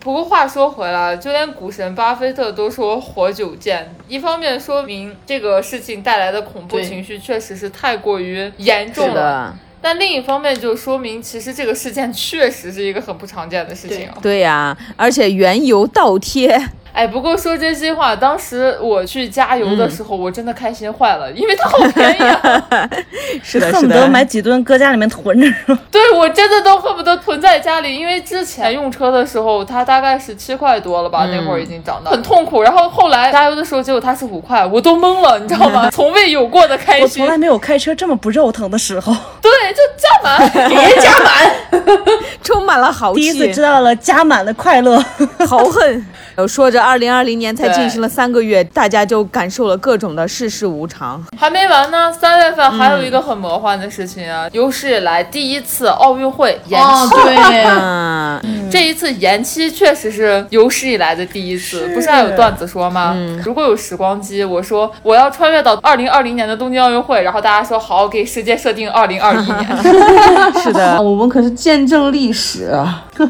Speaker 6: 不过话说回来，就连股神巴菲特都说活久见。一方面说明这个事情带来的恐怖
Speaker 5: 对
Speaker 6: 情绪确实是太过于严重了，
Speaker 10: 的，
Speaker 6: 但另一方面就说明其实这个事件确实是一个很不常见的事情啊。
Speaker 10: 对呀、而且原油倒贴。
Speaker 6: 哎，不过说真心话，当时我去加油
Speaker 3: 嗯
Speaker 6: 的时候，我真的开心坏了，因为它好便宜啊！
Speaker 10: 是的，
Speaker 3: 恨
Speaker 10: 是
Speaker 3: 不得
Speaker 10: 的，
Speaker 3: 买几吨搁家里面囤着，
Speaker 6: 对我真的都恨不得囤在家里，因为之前用车的时候，它大概十七块多了吧，那会儿已经涨
Speaker 3: 嗯
Speaker 6: 到很痛苦。然后后来加油的时候，结果它是五块，我都懵了，你知道 吗？从未有过的开
Speaker 3: 我从
Speaker 6: 心
Speaker 3: 来，没有开车这么不肉疼的时候。
Speaker 6: 对，就加 满，别加满。
Speaker 10: 充满了豪
Speaker 3: 第一次知
Speaker 10: 气、
Speaker 3: 道了加满的快 乐。
Speaker 10: 豪横。呃 说着，二零二零年才
Speaker 6: 对
Speaker 10: 进行了三个月，大家就感受了各种的世事无常。
Speaker 6: 还没完呢，三月份还有一个很魔幻的事情啊，有史以来第一次奥运会延期。
Speaker 5: 嗯哦，对，
Speaker 10: 嗯，
Speaker 6: 这一次延期确实是有史以来的第一次，不是还有段子说吗？
Speaker 5: 嗯
Speaker 6: 如果有时光机，我说我要穿越到二零二零年的东京奥运会，然后大家说好，给世界设定二零二一年。
Speaker 10: 是的。
Speaker 7: 我们可是见证历史啊！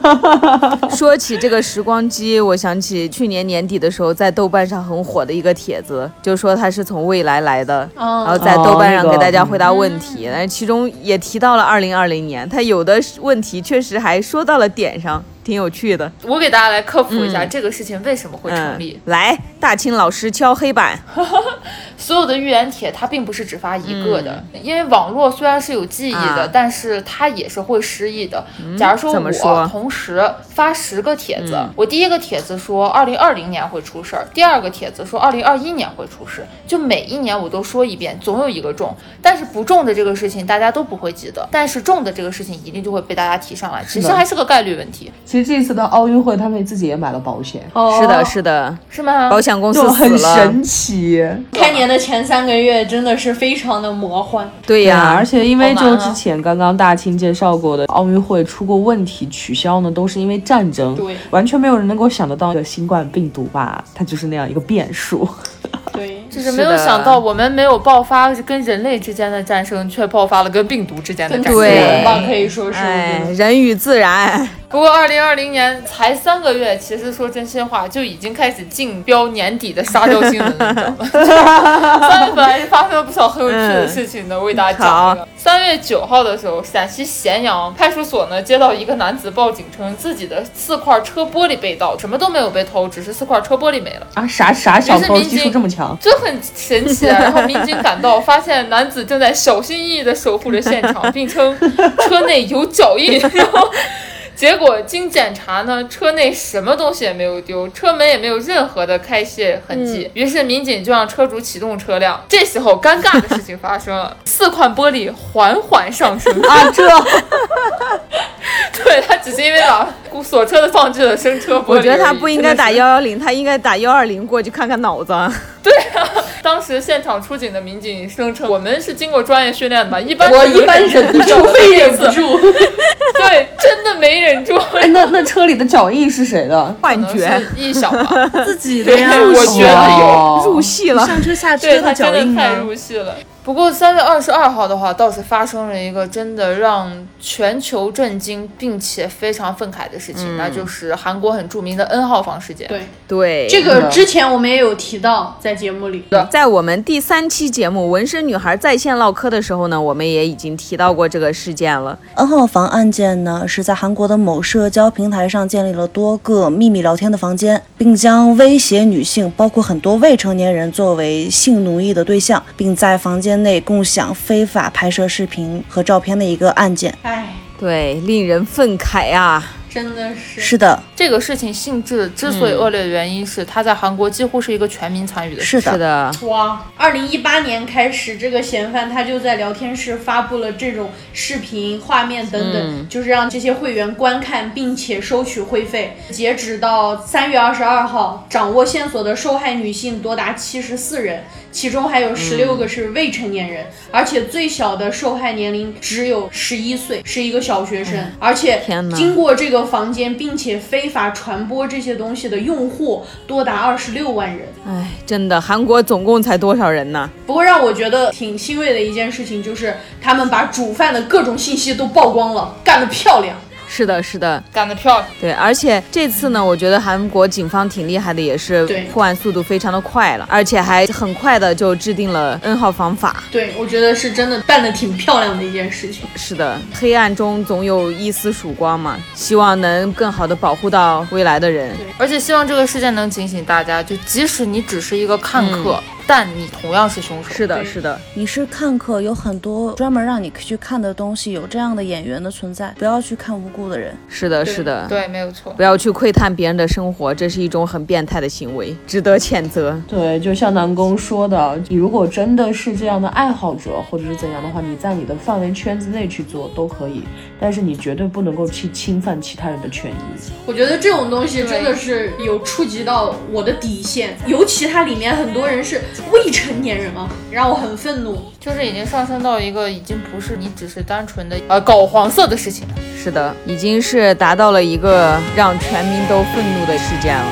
Speaker 10: 说起这个时光机，我想起去年年底的时候，在豆瓣上很火的一个帖子，就说它是从未来来的，
Speaker 7: 哦
Speaker 10: 然后在豆瓣上给大家回答问题，
Speaker 7: 嗯
Speaker 10: 但是其中也提到了二零二零年，它有的问题确实还说到了点上，挺有趣的。
Speaker 6: 我给大家来科普一
Speaker 5: 嗯
Speaker 6: 下、这个事情为什么会成立。
Speaker 10: 嗯，来，大清老师敲黑板。
Speaker 6: 所有的预言帖它并不是只发一个的，因为网络虽然是有记忆的，
Speaker 10: 嗯啊嗯
Speaker 6: 但是它也是会失忆的。假如说
Speaker 10: 怎么说嗯
Speaker 6: 我同时发十个帖子，我第一个帖子说二零二零年会出事儿，第二个帖子说二零二一年会出事，就每一年我都说一遍，总有一个中。但是不中的这个事情大家都不会记得，但是中的这个事情一定就会被大家提上来。其实
Speaker 7: 的
Speaker 6: 还是个概率问题，
Speaker 7: 其实这次的奥运会，他们自己也买了保险，
Speaker 10: 是的，是的，
Speaker 6: 是吗？
Speaker 10: 保险公司
Speaker 7: 就啊
Speaker 10: 死
Speaker 7: 哦很
Speaker 10: 了。
Speaker 7: 神奇。
Speaker 5: 开年的前三个月真的是非常的魔幻。
Speaker 10: 对呀、
Speaker 7: 而且因为
Speaker 6: 好
Speaker 7: 就
Speaker 6: 难啊
Speaker 7: 之前刚刚大清介绍过的奥运会出过问题取消呢，都是因为战争，
Speaker 5: 对
Speaker 7: 完全没有人能够想得到这个新冠病毒吧，它就是那样一个变数。
Speaker 5: 对，
Speaker 6: 就是没有
Speaker 10: 是的
Speaker 6: 想到，我们没有爆发跟人类之间的战争，却爆发了跟病毒之间的
Speaker 5: 跟
Speaker 6: 战
Speaker 5: 死
Speaker 10: 对
Speaker 6: 争。
Speaker 5: 人吧，可以说是。
Speaker 10: 哎，人与自然，
Speaker 6: 不过，二零二零年才三个月，其实说真心话，就已经开始竞标年底的沙雕新闻了，你知道吗？ 三月份还是发生了不少很有趣
Speaker 10: 嗯
Speaker 6: 的事情的，我给大家讲一个。三月九号的时候，陕西咸阳派出所呢接到一个男子报警称，自己的四块车玻璃被盗，什么都没有被偷，只是四块车玻璃没了。
Speaker 7: 啊，啥啥小
Speaker 6: 于是
Speaker 7: 偷
Speaker 6: 民
Speaker 7: 技术
Speaker 6: 警
Speaker 7: 这么强？
Speaker 6: 这很神奇啊！然后民警赶到，发现男子正在小心翼翼地守护着现场，并称车内有脚印。 然后结果经检查呢，车内什么东西也没有丢，车门也没有任何的开卸痕迹。
Speaker 10: 嗯
Speaker 6: 于是民警就让车主启动车辆。这时候尴尬的事情发生了，四块玻璃缓缓上升。
Speaker 7: 啊，这
Speaker 6: 对他只是因为把锁车的放置了生车玻璃而已。
Speaker 10: 我觉得他不应该打
Speaker 6: 真的是
Speaker 10: 幺幺零，他应该打幺二零过去看看脑子。
Speaker 6: 当时现场出警的民警声称，我们是经过专业训练的嘛，一般
Speaker 5: 嗯我
Speaker 6: 是有
Speaker 5: 一般忍不住，
Speaker 6: 的
Speaker 5: 非 忍不住。
Speaker 6: 对，真的没 忍住，
Speaker 7: 哎，那那车里的脚印是谁的？
Speaker 10: 幻
Speaker 6: 可能
Speaker 10: 觉
Speaker 6: 是一 小
Speaker 5: 哎
Speaker 6: 吧，
Speaker 3: 自己
Speaker 6: 对，我觉得有。
Speaker 7: 哦
Speaker 5: 啊
Speaker 10: 入戏了，
Speaker 3: 上车下
Speaker 6: 对
Speaker 3: 车
Speaker 6: 他
Speaker 3: 的
Speaker 6: 真
Speaker 3: 脚印啊
Speaker 6: 的太
Speaker 3: 呢？
Speaker 6: 入戏了，不过三月二十二号的话，倒是发生了一个真的让全球震惊并且非常愤慨的事情，那就是韩国很著名的 N 号房事件。
Speaker 5: 嗯
Speaker 10: 对，
Speaker 5: 对，这个之前我们也有提到在节目里。
Speaker 10: 在我们第三期节目《纹身女孩在线唠嗑》的时候呢，我们也已经提到过这个事件了。
Speaker 3: N 号房案件呢，是在韩国的某社交平台上建立了多个秘密聊天的房间，并将威胁女性，包括很多未成年人作为性奴役的对象，并在房间内共享非法拍摄视频和照片的一个案件。
Speaker 5: 哎，
Speaker 10: 对，令人愤慨啊！
Speaker 5: 真的是
Speaker 3: 是的，
Speaker 6: 这个事情性质之
Speaker 5: 嗯
Speaker 6: 所以恶劣的原因是，它在韩国几乎是一个全民参与的事情。
Speaker 3: 是的，
Speaker 10: 是的，
Speaker 5: 哇！二零一八年开始，这个嫌犯他就在聊天室发布了这种视频、画面等等，
Speaker 10: 嗯
Speaker 5: 就是让这些会员观看并且收取会费。截止到三月二十二号，掌握线索的受害女性多达七十四人，其中还有十六个是未成年
Speaker 10: 嗯
Speaker 5: 人，而且最小的受害年龄只有十一岁，是一个小学生。而且
Speaker 10: 嗯天哪
Speaker 5: 经过这个房间并且非法传播这些东西的用户多达二十六万人。
Speaker 10: 哎，真的，韩国总共才多少人呢？
Speaker 5: 不过让我觉得挺欣慰的一件事情就是，他们把主犯的各种信息都曝光了，干得漂亮。
Speaker 10: 是的，是的，
Speaker 6: 干得漂亮！
Speaker 10: 对，而且这次呢，我觉得韩国警方挺厉害的，也是
Speaker 5: 对
Speaker 10: 破案速度非常的快了，而且还很快的就制定了 N 号房法。
Speaker 5: 对，我觉得是真的办得挺漂亮的一件事情。
Speaker 10: 是的，黑暗中总有一丝曙光嘛，希望能更好的保护到未来的人。
Speaker 6: 而且希望这个事件能警醒大家，就即使你只是一个看客，但你同样嗯是凶手。
Speaker 10: 是的，
Speaker 5: 对
Speaker 10: 是的，
Speaker 3: 你是看客，有很多专门让你去看的东西，有这样的演员的存在，不要去看无辜的人。
Speaker 10: 是的，
Speaker 5: 对
Speaker 10: 是的。
Speaker 6: 对，没有错。
Speaker 10: 不要去窥探别人的生活，这是一种很变态的行为，值得谴责。
Speaker 7: 对，就像南宫说的，你如果真的是这样的爱好者或者是怎样的话，你在你的范围圈子内去做都可以，但是你绝对不能够去侵犯其他人的权 益。
Speaker 5: 我觉得这种东西真的是有触及到我的底线，尤其它里面很多人是未成年人啊，让我很愤怒。
Speaker 6: 就是已经上升到一个已经不是你只是单纯的呃搞黄色的事情了。
Speaker 10: 是的，已经是达到了一个让全民都愤怒的事件了。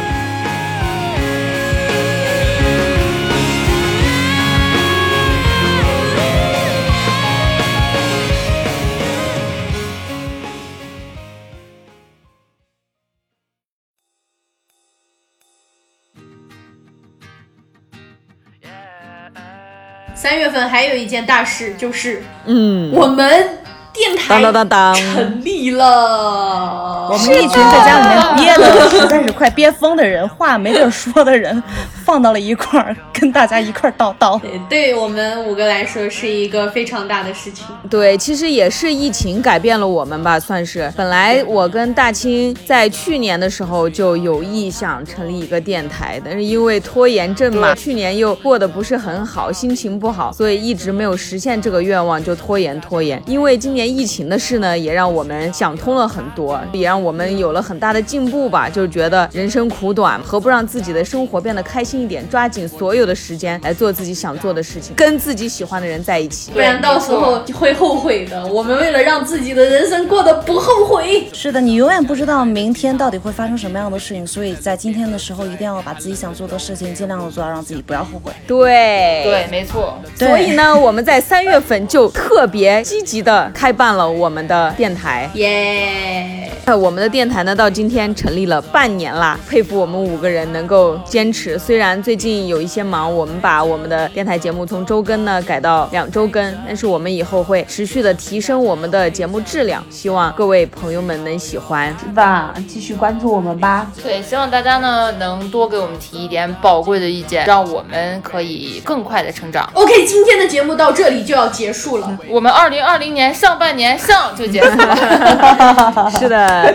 Speaker 5: 三月份还有一件大事，就是
Speaker 10: 嗯，
Speaker 5: 我们电
Speaker 10: 当
Speaker 5: 台
Speaker 10: 当当当，
Speaker 5: 成立了。
Speaker 3: 我们一群在家里面憋的实在是快憋疯的人，话没地儿说的人，放到了一块儿，跟大家一块儿叨叨。
Speaker 5: 对我们五个来说是一个非常大的事情。
Speaker 10: 对，其实也是疫情改变了我们吧，算是。本来我跟大清在去年的时候就有意想成立一个电台，但是因为拖延症嘛，去年又过得不是很好，心情不好，所以一直没有实现这个愿望，就拖延拖延。因为今年疫情的事呢，也让我们想通了很多，也让我们有了很大的进步吧，就觉得人生苦短，何不让自己的生活变得开心一点，抓紧所有的时间来做自己想做的事情，跟自己喜欢的人在一起。
Speaker 5: 不然到时候会后悔的。我们为了让自己的人生过得不后悔，
Speaker 3: 是的，你永远不知道明天到底会发生什么样的事情，所以在今天的时候，一定要把自己想做的事情尽量的做到，让自己不要后悔。
Speaker 10: 对。
Speaker 6: 对，没错。
Speaker 3: 对
Speaker 10: 所以，呢，我们在三月份就特别积极的开办了我们的电台。
Speaker 5: 耶、
Speaker 10: 呃我们的电台呢，到今天成立了半年啦，佩服我们五个人能够坚持。虽然最近有一些忙，我们把我们的电台节目从周更呢改到两周更，但是我们以后会持续的提升我们的节目质量，希望各位朋友们能喜欢。
Speaker 7: 是吧？继续关注我们吧。
Speaker 6: 对，希望大家呢能多给我们提一点宝贵的意见，让我们可以更快的成长。
Speaker 5: o k 今天的节目到这里就要结束了。
Speaker 6: 我们二零二零年上半年上就结束了。
Speaker 10: 是的，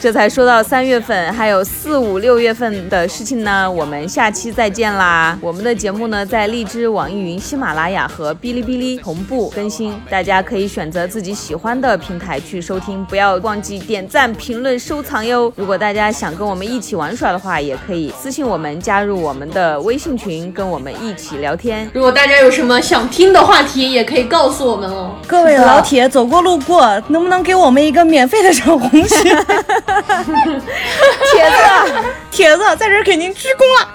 Speaker 10: 这才说到三月份，还有四五六月份的事情呢，我们下期再见啦！我们的节目呢，在荔枝、网易云、喜马拉雅和哔哩哔哩同步更新，大家可以选择自己喜欢的平台去收听，不要忘记点赞、评论、收藏哟。如果大家想跟我们一起玩耍的话，也可以私信我们，加入我们的微信群，跟我们一起聊天。
Speaker 5: 如果大家有什么想听的话题，也可以告诉我们哦。
Speaker 3: 各位老铁，走过播路过，能不能给我们一个免费的小红心？
Speaker 8: 铁子，
Speaker 3: 铁子在这儿给您鞠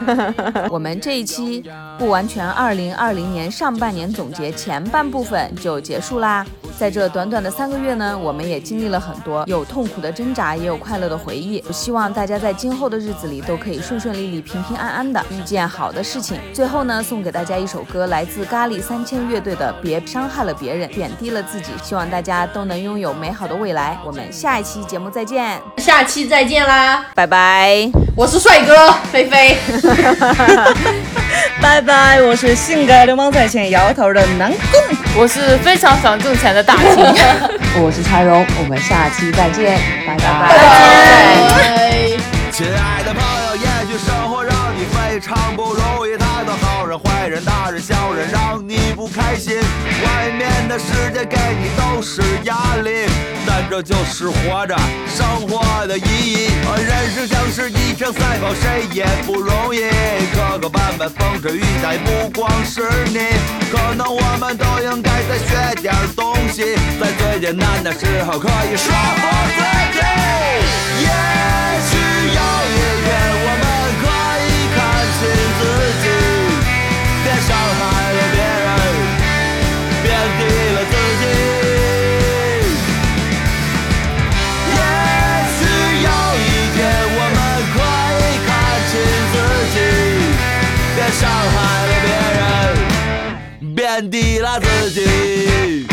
Speaker 3: 躬了。
Speaker 10: 我们这一期不完全二零二零年上半年总结前半部分就结束啦。在这短短的三个月呢，我们也经历了很多，有痛苦的挣扎，也有快乐的回忆。我希望大家在今后的日子里都可以顺顺利利、平平安安的遇见好的事情。最后呢，送给大家一首歌，来自咖喱三千乐队的《别伤害了别人，贬低了自己》，希望大家都能拥有美好的未来。我们下一期节目再见，
Speaker 5: 下期再见啦！
Speaker 10: 拜拜。
Speaker 5: 我是帅哥菲菲，
Speaker 3: 拜拜，我是性格流氓在线摇头的南宫。
Speaker 6: 我是非常想挣钱的大秦。
Speaker 8: 我是柴荣，我们下期再见，拜拜
Speaker 5: 拜。
Speaker 2: 亲爱的朋友，也许生活让你非常不容易，看到好人、坏人、大人、小人，让你不开心。外面的世界给你都是压力，但这就是活着生活的意义。而人生像是一场赛跑，谁也不容易，磕磕绊绊，风吹雨打，不光是你。可能我们都应该再学点东西，在最艰难的时候可以说服自己。也许有一天我们可以看清自己，别伤害了别人，贬低了自己。也许有一天我们可以看清自己，别伤害了别人，贬低了自己。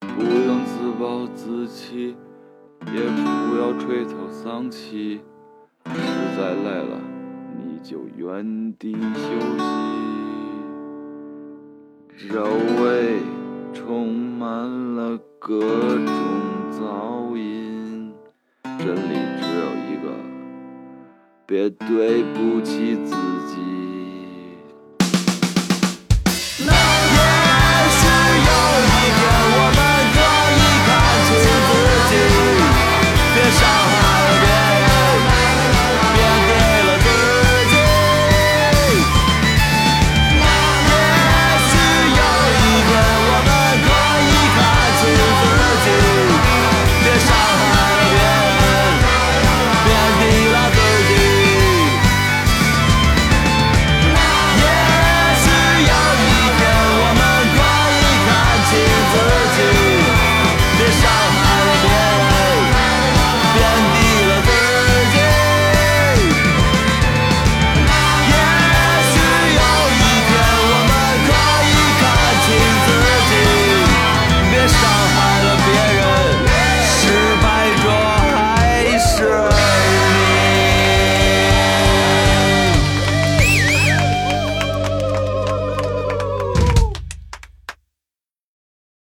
Speaker 11: 不用自暴自弃，也不要垂头丧气。实在累了，你就原地休息。周围充满了各种噪音，真理只有一个，别对不起自己。